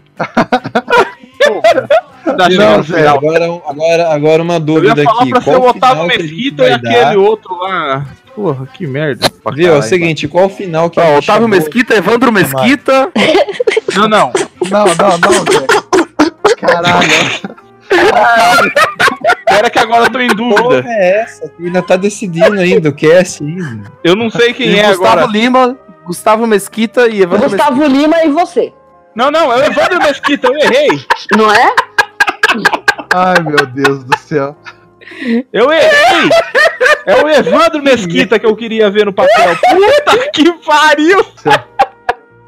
Speaker 3: Da
Speaker 14: Não,
Speaker 3: chance,
Speaker 14: Zé,
Speaker 3: não.
Speaker 14: agora, agora, agora uma
Speaker 3: Tá Eu ia
Speaker 14: dúvida
Speaker 3: falar
Speaker 14: aqui.
Speaker 3: pra ser o
Speaker 14: Qual
Speaker 3: Otávio
Speaker 14: final que a gente
Speaker 3: Mesquita
Speaker 14: vai
Speaker 3: e
Speaker 14: dar?
Speaker 3: aquele outro lá. Porra, que merda. Pra
Speaker 14: Viu, é o
Speaker 3: caralho,
Speaker 14: seguinte, qual o final que a gente
Speaker 24: Otávio
Speaker 14: chegou-
Speaker 24: Mesquita, Evandro Mesquita.
Speaker 3: Não, não.
Speaker 8: Não, não, não, velho. Caralho.
Speaker 3: Pera que agora eu tô em dúvida.
Speaker 14: Porra é essa? Ainda tá decidindo ainda o é, cast ainda.
Speaker 3: Eu não sei quem é
Speaker 24: Gustavo
Speaker 3: agora.
Speaker 24: Lima, Gustavo Mesquita e Evandro Mesquita.
Speaker 7: Gustavo Lima e você.
Speaker 3: Não, não, é o Evandro Mesquita, eu errei.
Speaker 7: Não é?
Speaker 8: Ai, meu Deus do céu.
Speaker 3: Eu errei. É o Evandro Mesquita que eu queria ver no papel. Puta que pariu.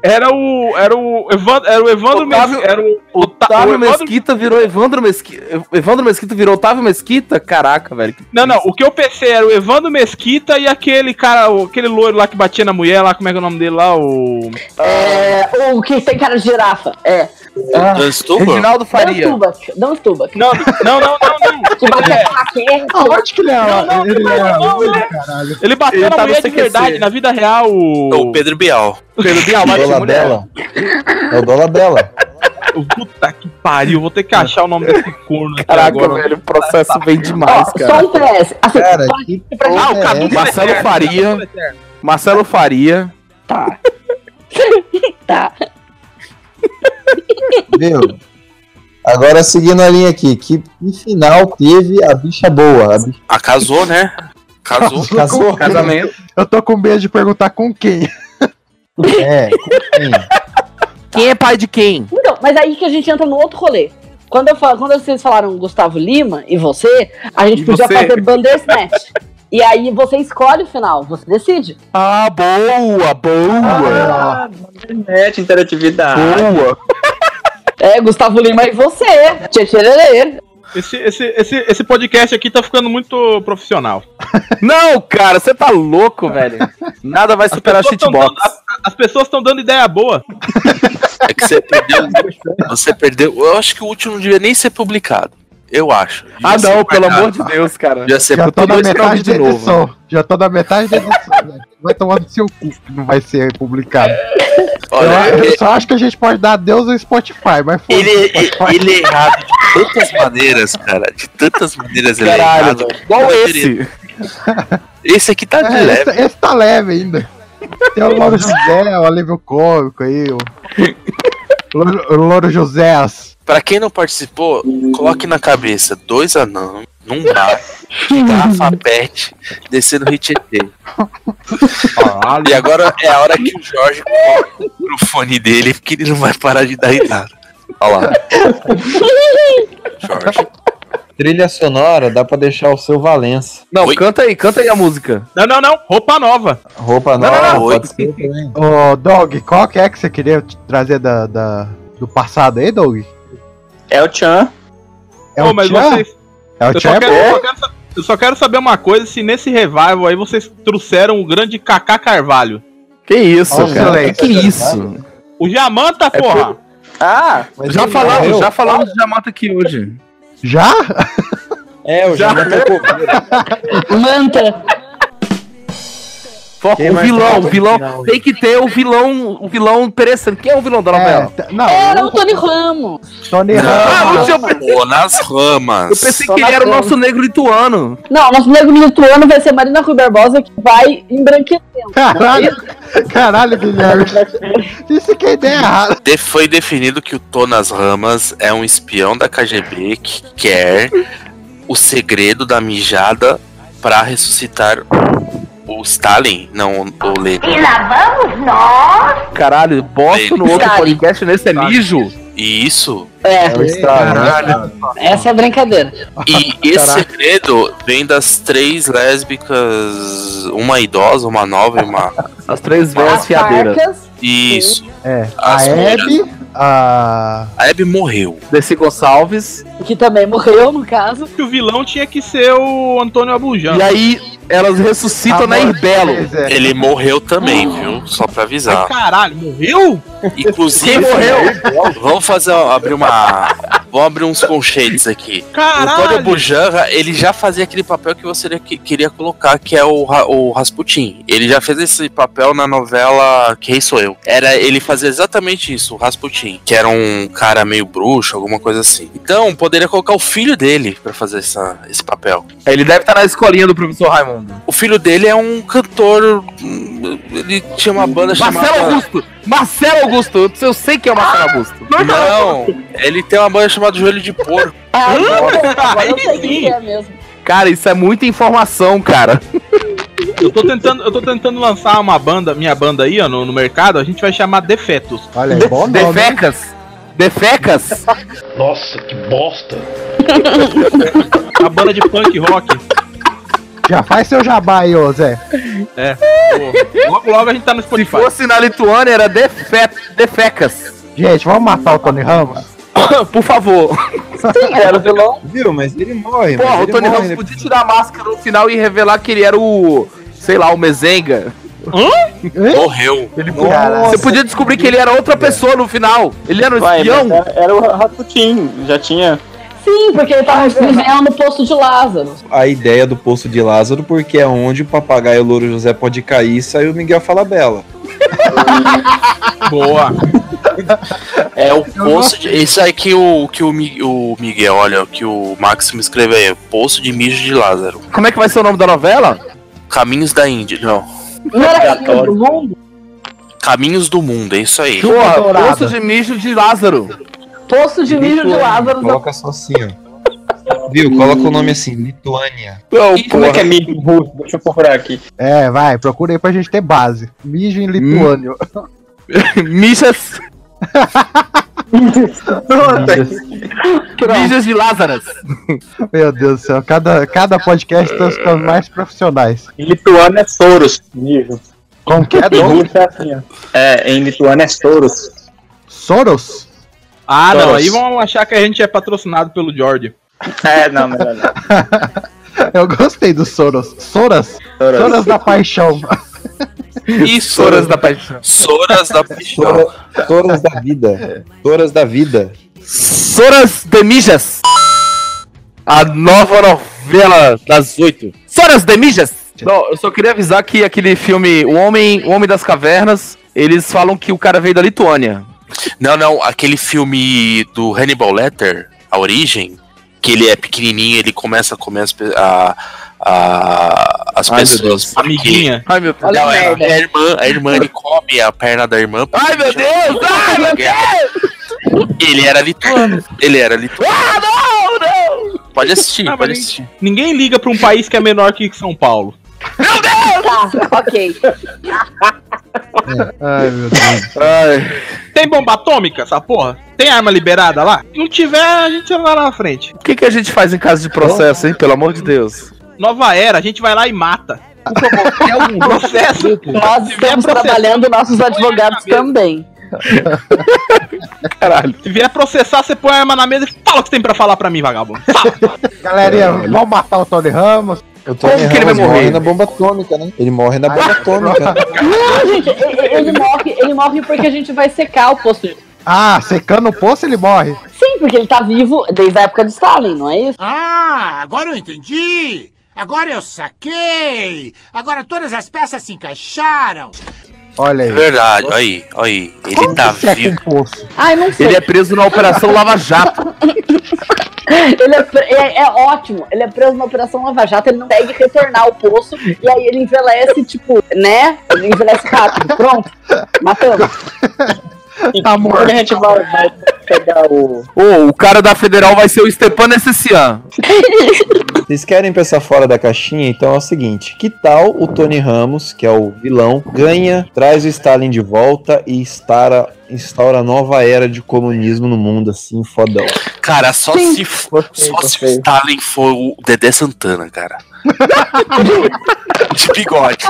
Speaker 3: Era o. Era o. Evandro, era o Evandro
Speaker 24: Otávio-
Speaker 3: Mesquita. Era o Ota-
Speaker 24: Otávio
Speaker 3: o Evandro-
Speaker 24: Mesquita virou Evandro Mesquita. Evandro Mesquita virou Otávio Mesquita? Caraca, velho. que-
Speaker 3: Não, não, o que eu pensei era o Evandro Mesquita e aquele cara, o- aquele loiro lá que batia na mulher lá, como é que é o nome dele lá? O.
Speaker 7: É, o que tem cara de girafa. É.
Speaker 3: Ah, Dan Stubach? Reginaldo Faria. É.
Speaker 7: Dan Stubach. Dan Stubach. é
Speaker 3: Não, não, não,
Speaker 7: Que bateu a raquete.
Speaker 8: Aonde que ele é? ele é aonso, caralho.
Speaker 3: Ele bateu
Speaker 6: Ele
Speaker 3: na
Speaker 6: tá no
Speaker 3: mulher de
Speaker 6: CQC.
Speaker 3: verdade, na vida real.
Speaker 6: É o Pedro Bial.
Speaker 3: Pedro
Speaker 24: Tá
Speaker 3: Bial, bate
Speaker 14: Dola
Speaker 3: na mulher.
Speaker 14: Bela. É o Dola Bela.
Speaker 3: Puta que pariu, vou ter que achar o nome desse corno aqui
Speaker 24: Caraca,
Speaker 3: agora.
Speaker 24: velho, o processo vem demais,
Speaker 7: Ó,
Speaker 24: cara.
Speaker 7: Só um PS. Assim,
Speaker 14: Cara,
Speaker 7: pra-
Speaker 14: que
Speaker 7: pra-
Speaker 24: Ah, o Cadu
Speaker 7: é.
Speaker 24: Marcelo Faria. Marcelo Faria.
Speaker 7: Tá. tá.
Speaker 14: Viu? Agora seguindo a linha aqui, que, que final teve a bicha boa? A bicha
Speaker 6: Ah, casou, né? Casou.
Speaker 14: Casou.
Speaker 24: Casamento.
Speaker 8: Eu tô com medo de perguntar com quem.
Speaker 14: é, com quem?
Speaker 24: Quem é pai de quem?
Speaker 7: Então, mas aí que a gente entra no outro rolê. Quando, eu falo, quando vocês falaram Gustavo Lima e você, a gente
Speaker 24: E
Speaker 7: podia
Speaker 24: você?
Speaker 7: fazer Bandersnatch. e aí você escolhe o final, você decide.
Speaker 24: Ah, boa, boa.
Speaker 10: Internet, interatividade.
Speaker 24: boa.
Speaker 7: É, Gustavo Lima e você. Tchê-tchê-lê-lê.
Speaker 3: Esse, esse, esse, esse podcast aqui tá ficando muito profissional.
Speaker 24: Não, cara, você tá louco, velho. Nada vai superar a
Speaker 3: pessoas tão
Speaker 24: shitbox.
Speaker 3: dando- as- as pessoas estão dando ideia boa.
Speaker 6: É que você perdeu. Você perdeu. Eu acho que o último não devia nem ser publicado. Eu acho. Devia
Speaker 24: Ah,
Speaker 6: ser
Speaker 24: não, pelo
Speaker 6: guardado.
Speaker 24: amor de Deus, cara.
Speaker 6: Devia ser
Speaker 8: Já tô na
Speaker 6: publicado.
Speaker 8: metade da edição. Já tô na metade da edição. velho. Vai tomar no seu cu que não vai ser publicado.
Speaker 6: Olha,
Speaker 8: eu, eu
Speaker 6: ele-
Speaker 8: só acho que a gente pode dar adeus ao Spotify, mas foda-se.
Speaker 6: ele,
Speaker 8: Spotify.
Speaker 6: ele é errado de tantas maneiras, cara. De tantas maneiras ele é
Speaker 24: Caralho,
Speaker 6: errado.
Speaker 24: velho. Igual esse.
Speaker 6: Esse aqui tá de
Speaker 8: É,
Speaker 6: leve.
Speaker 8: esse, esse tá leve ainda. Tem o Loro José, o alívio cômico aí. O Loro, o Loro José.
Speaker 6: Pra quem não participou, coloque na cabeça dois anãos num bar, garrafa pet, descendo Hitchetê. E agora é a hora que o Jorge coloca o microfone dele, porque ele não vai parar de dar risada. Olha lá, Jorge.
Speaker 14: Trilha sonora, dá pra deixar o seu Valença.
Speaker 24: Não, canta aí, canta aí a música.
Speaker 3: Não, não, não. Roupa nova.
Speaker 14: Roupa nova,
Speaker 6: tá
Speaker 14: pode ser.
Speaker 8: Ô, Dog, qual que é que você queria t- trazer da, da- do passado aí, Dog?
Speaker 10: É o Chan.
Speaker 8: É
Speaker 3: Ô,
Speaker 8: o
Speaker 3: mas
Speaker 8: Tchan?
Speaker 3: vocês-
Speaker 8: É o
Speaker 3: eu,
Speaker 8: Tchan
Speaker 3: só
Speaker 8: é
Speaker 3: quero, eu
Speaker 8: bom.
Speaker 3: só quero sa- eu só quero saber uma coisa, se nesse revival aí vocês trouxeram o grande Kaká Carvalho.
Speaker 24: Que isso,
Speaker 3: Olha o
Speaker 24: cara?
Speaker 3: silêncio.
Speaker 24: Que, que isso?
Speaker 3: O Jamanta,
Speaker 24: É
Speaker 3: porra!
Speaker 10: Ah!
Speaker 24: Já falamos, já falamos de Jamata aqui hoje.
Speaker 8: Já?
Speaker 14: É, o
Speaker 24: Já?
Speaker 14: Jamanta é
Speaker 7: coveiro. Manta.
Speaker 24: Foco,
Speaker 14: Quem
Speaker 24: o
Speaker 14: mais tá
Speaker 24: vilão,
Speaker 14: falta
Speaker 24: o
Speaker 14: no
Speaker 24: vilão.
Speaker 14: final?
Speaker 24: Tem que ter o vilão, o vilão interessante. Quem é o vilão da novela?
Speaker 8: tá, não,
Speaker 7: Era o É, Tony Ramos.
Speaker 8: Tony
Speaker 6: Ah,
Speaker 24: Ramos. eu,
Speaker 6: Pô, é um nas
Speaker 24: eu
Speaker 6: ramas.
Speaker 24: pensei que ele era o nosso negro lituano.
Speaker 7: Não, nosso nego lituano vai ser Marina Rui Barbosa que vai embranquecendo.
Speaker 8: Caralho, caralho, Guilherme. Isso que é ideia errada.
Speaker 6: De- foi definido que o Tô nas Ramas é um espião da KGB que quer o segredo da mijada pra ressuscitar o Stalin, não o Lenin.
Speaker 23: vamos nós!
Speaker 24: Caralho, bosta no outro
Speaker 7: Stalin.
Speaker 24: podcast nesse é mijo.
Speaker 6: E isso.
Speaker 7: É,
Speaker 24: Caralho.
Speaker 7: essa é a brincadeira.
Speaker 6: E esse
Speaker 7: Caraca.
Speaker 6: segredo vem das três lésbicas, uma idosa, uma nova e uma.
Speaker 24: As três
Speaker 14: é
Speaker 8: velhas fiadeiras.
Speaker 7: Marcas.
Speaker 6: Isso.
Speaker 8: É,
Speaker 6: As
Speaker 8: a
Speaker 6: mulheres.
Speaker 8: Hebe, a.
Speaker 6: A Hebe morreu.
Speaker 14: é-
Speaker 24: Desse Gonçalves.
Speaker 7: Que também morreu, no caso.
Speaker 3: Que o vilão tinha que ser o Antônio Abujam.
Speaker 24: E aí elas ressuscitam na Irbelo.
Speaker 6: Ele morreu também, viu? Só pra
Speaker 10: Tá.
Speaker 6: avisar.
Speaker 3: Caralho, morreu?
Speaker 6: Inclusive, Vamos fazer abrir uma. Vamos abrir uns conchetes aqui.
Speaker 3: Caralho!
Speaker 6: O Antônio Bujanra, ele já fazia aquele papel que você que- queria colocar, que é o, Ra- o Rasputin. Ele já fez esse papel na novela Quem Sou Eu. Era ele fazia exatamente isso, o Rasputin, que era um cara meio bruxo, alguma coisa assim. Então, poderia colocar o filho dele pra fazer essa, esse papel.
Speaker 24: Ele deve estar na escolinha do professor Raimundo.
Speaker 6: O filho dele é um cantor. hum, Ele tinha uma banda chamada.
Speaker 24: Marcelo Augusto! Marcelo Augusto! Eu- Eu sei que é o Marcelo Augusto.
Speaker 6: Não, ele tem uma banda chamada Joelho de Porco.
Speaker 7: Ah,
Speaker 24: agora eu sei
Speaker 7: quem é mesmo.
Speaker 24: Cara, isso é muita informação, cara.
Speaker 3: Eu tô tentando, eu tô tentando lançar uma banda, minha banda aí, ó, no, no mercado, a gente vai chamar Defetos.
Speaker 8: Olha
Speaker 24: aí, bom nome, Defecas? Defecas?
Speaker 3: Nossa, que bosta! A banda de punk rock.
Speaker 8: Já faz seu jabá aí, ô Zé.
Speaker 3: É. porra. Logo, logo a gente tá no Spotify.
Speaker 24: Se fosse na Lituânia, era defe- Defecas.
Speaker 8: Gente, vamos matar o Tony Ramos?
Speaker 24: Por favor.
Speaker 7: Sim, era o vilão.
Speaker 14: Viu, mas ele morre. mas
Speaker 24: Porra, o
Speaker 14: ele
Speaker 24: Tony
Speaker 14: morre,
Speaker 24: Ramos
Speaker 14: né?
Speaker 24: podia tirar a máscara no final e revelar que ele era o. sei lá, o Mezenga.
Speaker 6: Morreu. É.
Speaker 24: Ele
Speaker 8: Nossa.
Speaker 24: Você podia descobrir que ele era outra pessoa no final. Ele era um
Speaker 10: Ué,
Speaker 24: espião.
Speaker 10: mas é, era, era o Rasputin, já tinha.
Speaker 7: Sim, porque ele tava vivendo no posto de Lázaro.
Speaker 14: A ideia do Poço de Lázaro, porque é onde o papagaio Louro José pode cair, saiu Miguel Falabella.
Speaker 3: Boa.
Speaker 6: É o poço de. Isso aí que o, que o, Mi- o Miguel, olha, que o Máximo escreveu aí. Poço de mijo de Lázaro.
Speaker 24: Como é que vai ser o nome da novela?
Speaker 6: Caminhos da Índia. Não.
Speaker 7: Não era aquele do mundo?
Speaker 6: Caminhos do Mundo, é isso aí.
Speaker 24: Porra, Poço de Mijo de Lázaro.
Speaker 7: Poço de milho de Lázaro.
Speaker 14: Coloca só assim, ó. Viu? Coloca o nome assim, Lituânia.
Speaker 24: Não,
Speaker 10: Como é que é mídia russo? Deixa eu procurar aqui.
Speaker 8: É, vai, procura aí pra gente ter base. Mijo
Speaker 24: Hum.
Speaker 8: em lituânio.
Speaker 24: Mijas. Mijas de Lázaras.
Speaker 8: Meu Deus do céu, cada, cada podcast tá ficando mais profissionais.
Speaker 10: Em Lituânia é Soros, mijo.
Speaker 8: Como que é,
Speaker 10: Em
Speaker 8: Dom?
Speaker 10: russo é assim, ó. É, em Lituânia é Soros.
Speaker 8: Soros?
Speaker 3: Ah, não,
Speaker 10: Soros.
Speaker 3: aí vão achar que a gente é patrocinado pelo Jordi.
Speaker 10: É, não, melhor não.
Speaker 8: Eu gostei do Soros. Soras?
Speaker 10: Soras.
Speaker 8: Soras da paixão.
Speaker 6: Isso. né?
Speaker 24: Soras da Paixão.
Speaker 6: Soras da Paixão.
Speaker 14: Tora- Toras da vida. Toras da vida.
Speaker 24: Soras de Mijas. A nova novela das oito. Soras de Mijas. Não, eu só queria avisar que aquele filme O Homem, o Homem das Cavernas, eles falam que o cara veio da Lituânia.
Speaker 6: Não, não, aquele filme do Hannibal Letter, A Origem, que ele é pequenininho, ele começa a comer as, pe- a, a- as
Speaker 24: Ai, meu
Speaker 6: pessoas. porque-
Speaker 3: Amiguinha.
Speaker 24: Ai, meu
Speaker 6: Não, é, é a irmã, a irmã, ele come a perna da irmã. porque
Speaker 24: Ai, meu Deus! Ai, meu Deus!
Speaker 6: Ele era lituano. Ele era lituano.
Speaker 24: Ah, não, não!
Speaker 6: Pode assistir,
Speaker 3: Ah, mas
Speaker 6: pode
Speaker 3: ninguém-
Speaker 6: assistir.
Speaker 3: Ninguém liga pra um país que é menor que São Paulo.
Speaker 24: Meu Deus!
Speaker 7: Tá, ok.
Speaker 3: Ai, meu Deus. Tem bomba atômica, essa porra? Tem arma liberada lá? Se não tiver, a gente vai lá na frente.
Speaker 24: O que, que a gente faz em caso de processo, hein? Pelo amor de Deus.
Speaker 3: Nova era, a gente vai lá e mata.
Speaker 7: É um
Speaker 3: processo.
Speaker 7: Nós
Speaker 3: Se vier
Speaker 7: estamos
Speaker 3: processo-
Speaker 7: trabalhando nossos advogados também.
Speaker 3: Caralho. Se vier processar, você põe a arma na mesa e fala o que você tem pra falar pra mim, vagabundo.
Speaker 8: Galerinha, vamos matar o Tony Ramos.
Speaker 14: Eu tô
Speaker 8: Como que ele vai morrer?
Speaker 14: morre na bomba atômica, né? Ele morre na bomba atômica.
Speaker 7: Não, gente, ele, ele morre, ele morre porque a gente vai secar o posto.
Speaker 8: Ah, secando o poço ele morre.
Speaker 7: Sim, porque ele tá vivo desde a época de Stalin, não é isso?
Speaker 5: Ah, agora eu entendi! Agora eu saquei! Agora todas as peças se encaixaram!
Speaker 8: Olha
Speaker 6: É verdade, olha aí, olha aí. Ele tá
Speaker 8: é um
Speaker 6: vivo.
Speaker 7: Ai, não sei.
Speaker 24: Ele é preso na Operação Lava Jato.
Speaker 7: Ele é, pre- é- é ótimo, ele é preso na Operação Lava Jato, ele não consegue retornar ao poço, e aí ele envelhece, tipo, né? Ele envelhece rápido, pronto, matamos.
Speaker 8: Tá
Speaker 7: morto. A gente vai, vai pegar o...
Speaker 24: Ô, o cara da Federal vai ser o Stepan Essecian.
Speaker 14: Vocês querem pensar fora da caixinha? Então é o seguinte: que tal o Tony Ramos, que é o vilão, ganha, traz o Stalin de volta e instaura, instaura a nova era de comunismo no mundo, assim, fodão.
Speaker 6: Cara, só se, f- só se o Stalin for o Dedé Santana, cara. De bigode.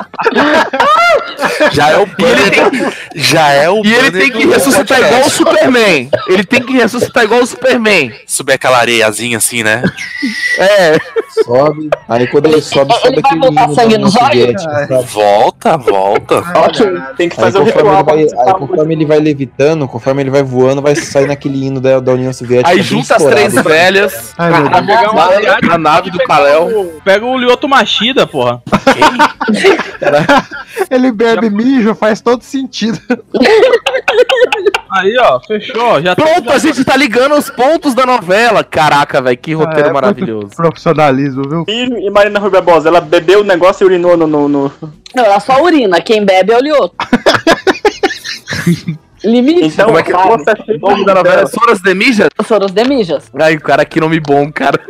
Speaker 6: Já é o banner. Já é o
Speaker 24: E ele
Speaker 6: banner
Speaker 24: tem que
Speaker 6: do
Speaker 24: ressuscitar
Speaker 6: podcast.
Speaker 24: igual o Superman. Ele tem que ressuscitar igual o Superman.
Speaker 6: Subir aquela areiazinha assim, né?
Speaker 24: É.
Speaker 14: Sobe, aí quando ele sobe, sobe aquele hino da União Soviética, sabe?
Speaker 6: Volta, volta.
Speaker 10: Tem que
Speaker 14: Aí,
Speaker 10: fazer o
Speaker 14: conforme,
Speaker 10: ritual. um
Speaker 14: ele vai, aí conforme ele vai levitando, conforme ele vai voando, vai sair naquele hino da, da União Soviética.
Speaker 24: Aí
Speaker 14: bem
Speaker 24: junta as
Speaker 14: estourado,
Speaker 24: três
Speaker 14: assim.
Speaker 24: velhas.
Speaker 14: Ai, meu
Speaker 7: Tá
Speaker 14: Deus.
Speaker 24: Pegar uma nave- A nave do Kalel.
Speaker 3: Pega o Lioto Machida, porra.
Speaker 8: Ele bebe mijo, faz todo sentido.
Speaker 3: Aí,
Speaker 5: Ah,
Speaker 3: ó, fechou. Já
Speaker 24: Pronto, a gente tá ligando os pontos da novela. Caraca, velho, que roteiro
Speaker 8: É,
Speaker 24: maravilhoso.
Speaker 8: Profissionalismo, viu?
Speaker 10: Filho e Marina Rui Barbosa, ela bebeu o negócio e urinou no. no, no...
Speaker 7: Não, ela só urina, quem bebe é o lioto. Limite.
Speaker 24: Então, Como é que-
Speaker 7: sabe?
Speaker 24: O nome da novela é Soras de Mijas?
Speaker 7: Soros de Mijas.
Speaker 24: Ai, cara, que nome bom, cara.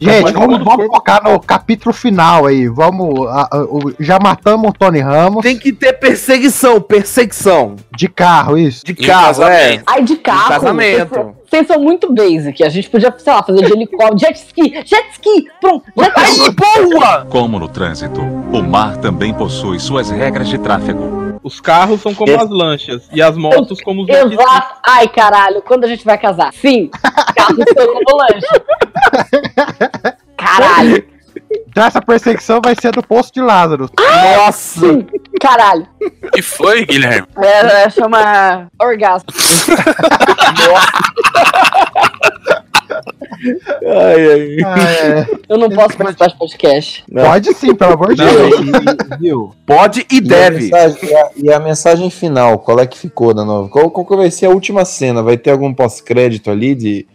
Speaker 8: Gente, vamos, vamos focar no capítulo final aí. Vamos. a- a- o- já matamos o Tony Ramos.
Speaker 24: Tem que ter perseguição, perseguição.
Speaker 8: De carro, isso.
Speaker 24: De carro, é.
Speaker 7: Ai, de carro.
Speaker 24: casamento.
Speaker 7: Vocês são- Vocês são muito basic. A gente podia, sei lá, fazer de helicóptero. Jet ski, jet ski, pronto. Jet ski.
Speaker 24: Boa!
Speaker 11: Como no trânsito, o mar também possui suas regras de tráfego.
Speaker 3: Os carros são como as lanchas e as motos como os
Speaker 7: Exato. Ai, caralho, quando a gente vai casar? Sim, carro são como lanche. Caralho.
Speaker 8: Então essa perseguição vai ser do posto de Lázaro.
Speaker 24: Nossa!
Speaker 7: Caralho.
Speaker 6: que foi, Guilherme?
Speaker 7: É, é, chama orgasmo.
Speaker 24: Ai,
Speaker 8: ai.
Speaker 7: Eu não posso participar de podcast.
Speaker 8: Ah, é. Pode sim, pelo amor de Deus.
Speaker 14: Viu?
Speaker 24: Pode e
Speaker 14: a
Speaker 24: deve.
Speaker 14: mensagem- e, a, e a mensagem final, qual é que ficou da nova? Qual, qual que vai ser a última cena? Vai ter algum pós-crédito ali de,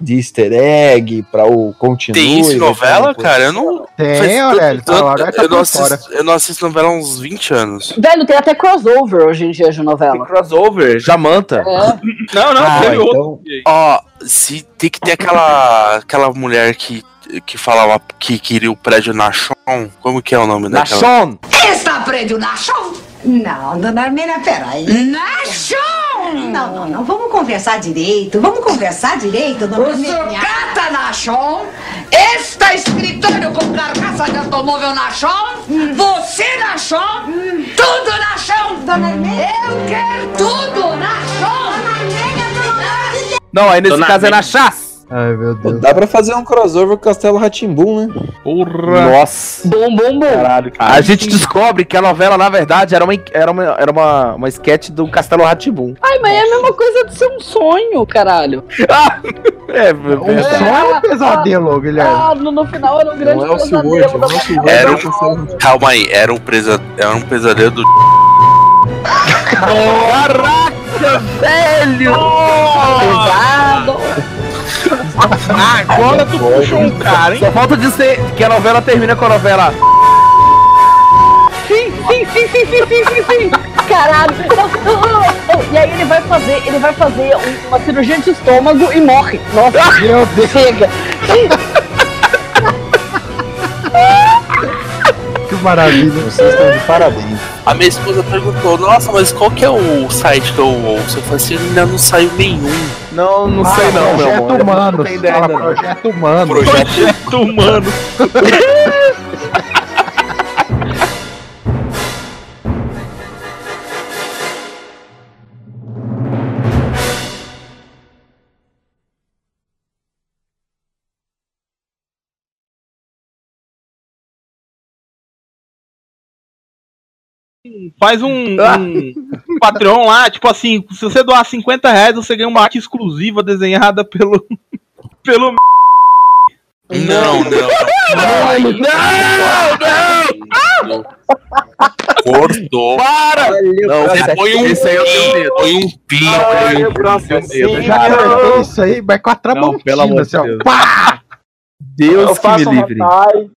Speaker 14: de easter egg pra o continue?
Speaker 6: Tem isso em
Speaker 14: Vai ter
Speaker 6: novela,
Speaker 14: um-
Speaker 6: cara? Eu não.
Speaker 8: Tem,
Speaker 6: tanto-
Speaker 8: Aurélio, tá,
Speaker 6: tanto-
Speaker 8: agora tá
Speaker 6: eu, não
Speaker 8: por
Speaker 6: assisto, eu não assisto novela há uns 20 anos.
Speaker 7: Velho, tem até crossover hoje em dia de novela.
Speaker 24: Crossover, Jamanta.
Speaker 7: É.
Speaker 3: Não, não,
Speaker 6: Ah,
Speaker 3: teve
Speaker 6: então-
Speaker 3: outro.
Speaker 6: Ó, se tem que ter aquela aquela mulher que que falava que queria o prédio Nachon. Como que é o nome daquela?
Speaker 24: Nachon.
Speaker 28: Está prédio Nachon? Não, dona Armênia, peraí. Nachon! Não, não, não, vamos conversar direito, vamos conversar direito, dona Armênia. Sucata Nachon, este escritório com carcaça de automóvel Nachon, você Nachon, tudo Nachon. Hum. Dona Armênia. Eu quero tudo Nachon. Dona Armênia, pelo amor de Deus.
Speaker 24: Não, aí nesse
Speaker 14: Dona
Speaker 24: caso é
Speaker 14: Armin.
Speaker 24: na chás.
Speaker 8: Ai, meu
Speaker 14: Pô, Dá pra fazer um crossover com o Castelo Ratimbum, né?
Speaker 3: Porra!
Speaker 24: Nossa!
Speaker 7: Bom, bom, bom!
Speaker 14: Caralho,
Speaker 24: A gente descobre que a novela, na verdade, era uma, era uma, era uma, uma sketch do Castelo Ratibum.
Speaker 7: Ai, mas é a mesma coisa de ser um sonho, caralho.
Speaker 24: É,
Speaker 8: Um sonho é um pesadelo, Guilherme.
Speaker 7: Ah, no, no final era um grande
Speaker 8: Não é o
Speaker 7: pesadelo.
Speaker 8: Silvio,
Speaker 7: da-
Speaker 6: Era um, calma aí, era um, presa, era um pesadelo do.
Speaker 24: Caraca, velho!
Speaker 7: Pesado!
Speaker 24: Agora tu puxou um cara, hein? Só falta dizer que a novela termina com a novela.
Speaker 7: Sim, sim, sim, sim, sim, sim, sim, sim. Caralho! Não, não, não, não. E aí ele vai fazer, ele vai fazer um- uma cirurgia de estômago e morre. Nossa,
Speaker 8: meu Deus!
Speaker 7: Chega!
Speaker 8: Que maravilha.
Speaker 14: Vocês estão de parabéns.
Speaker 6: A minha esposa perguntou, nossa, mas qual que é o site que eu ouço? Eu falei assim, ainda não saiu nenhum.
Speaker 14: Não, não sei não,
Speaker 24: é
Speaker 14: meu amor.
Speaker 8: Projeto humano.
Speaker 14: Tem ideia
Speaker 8: fala
Speaker 14: ainda não.
Speaker 8: Projeto humano.
Speaker 10: Projeto humano. Faz um, um Patreon lá, tipo assim, se você doar 50 reais, você ganha uma arte exclusiva desenhada pelo. pelo.
Speaker 6: Não, não.
Speaker 14: Não,
Speaker 6: não! Cortou.
Speaker 14: Para!
Speaker 6: Não,
Speaker 14: Não,
Speaker 6: põe um
Speaker 14: esse aí eu tenho
Speaker 6: pi,
Speaker 14: medo.
Speaker 6: põe um pi. põe um pi.
Speaker 8: Eu já cortei isso aí, mas com a assim,
Speaker 14: Não, pelo amor de
Speaker 8: tramontina, assim, ó.
Speaker 14: Deus.
Speaker 8: Pá!
Speaker 14: Deus que me livre.
Speaker 29: Hentai.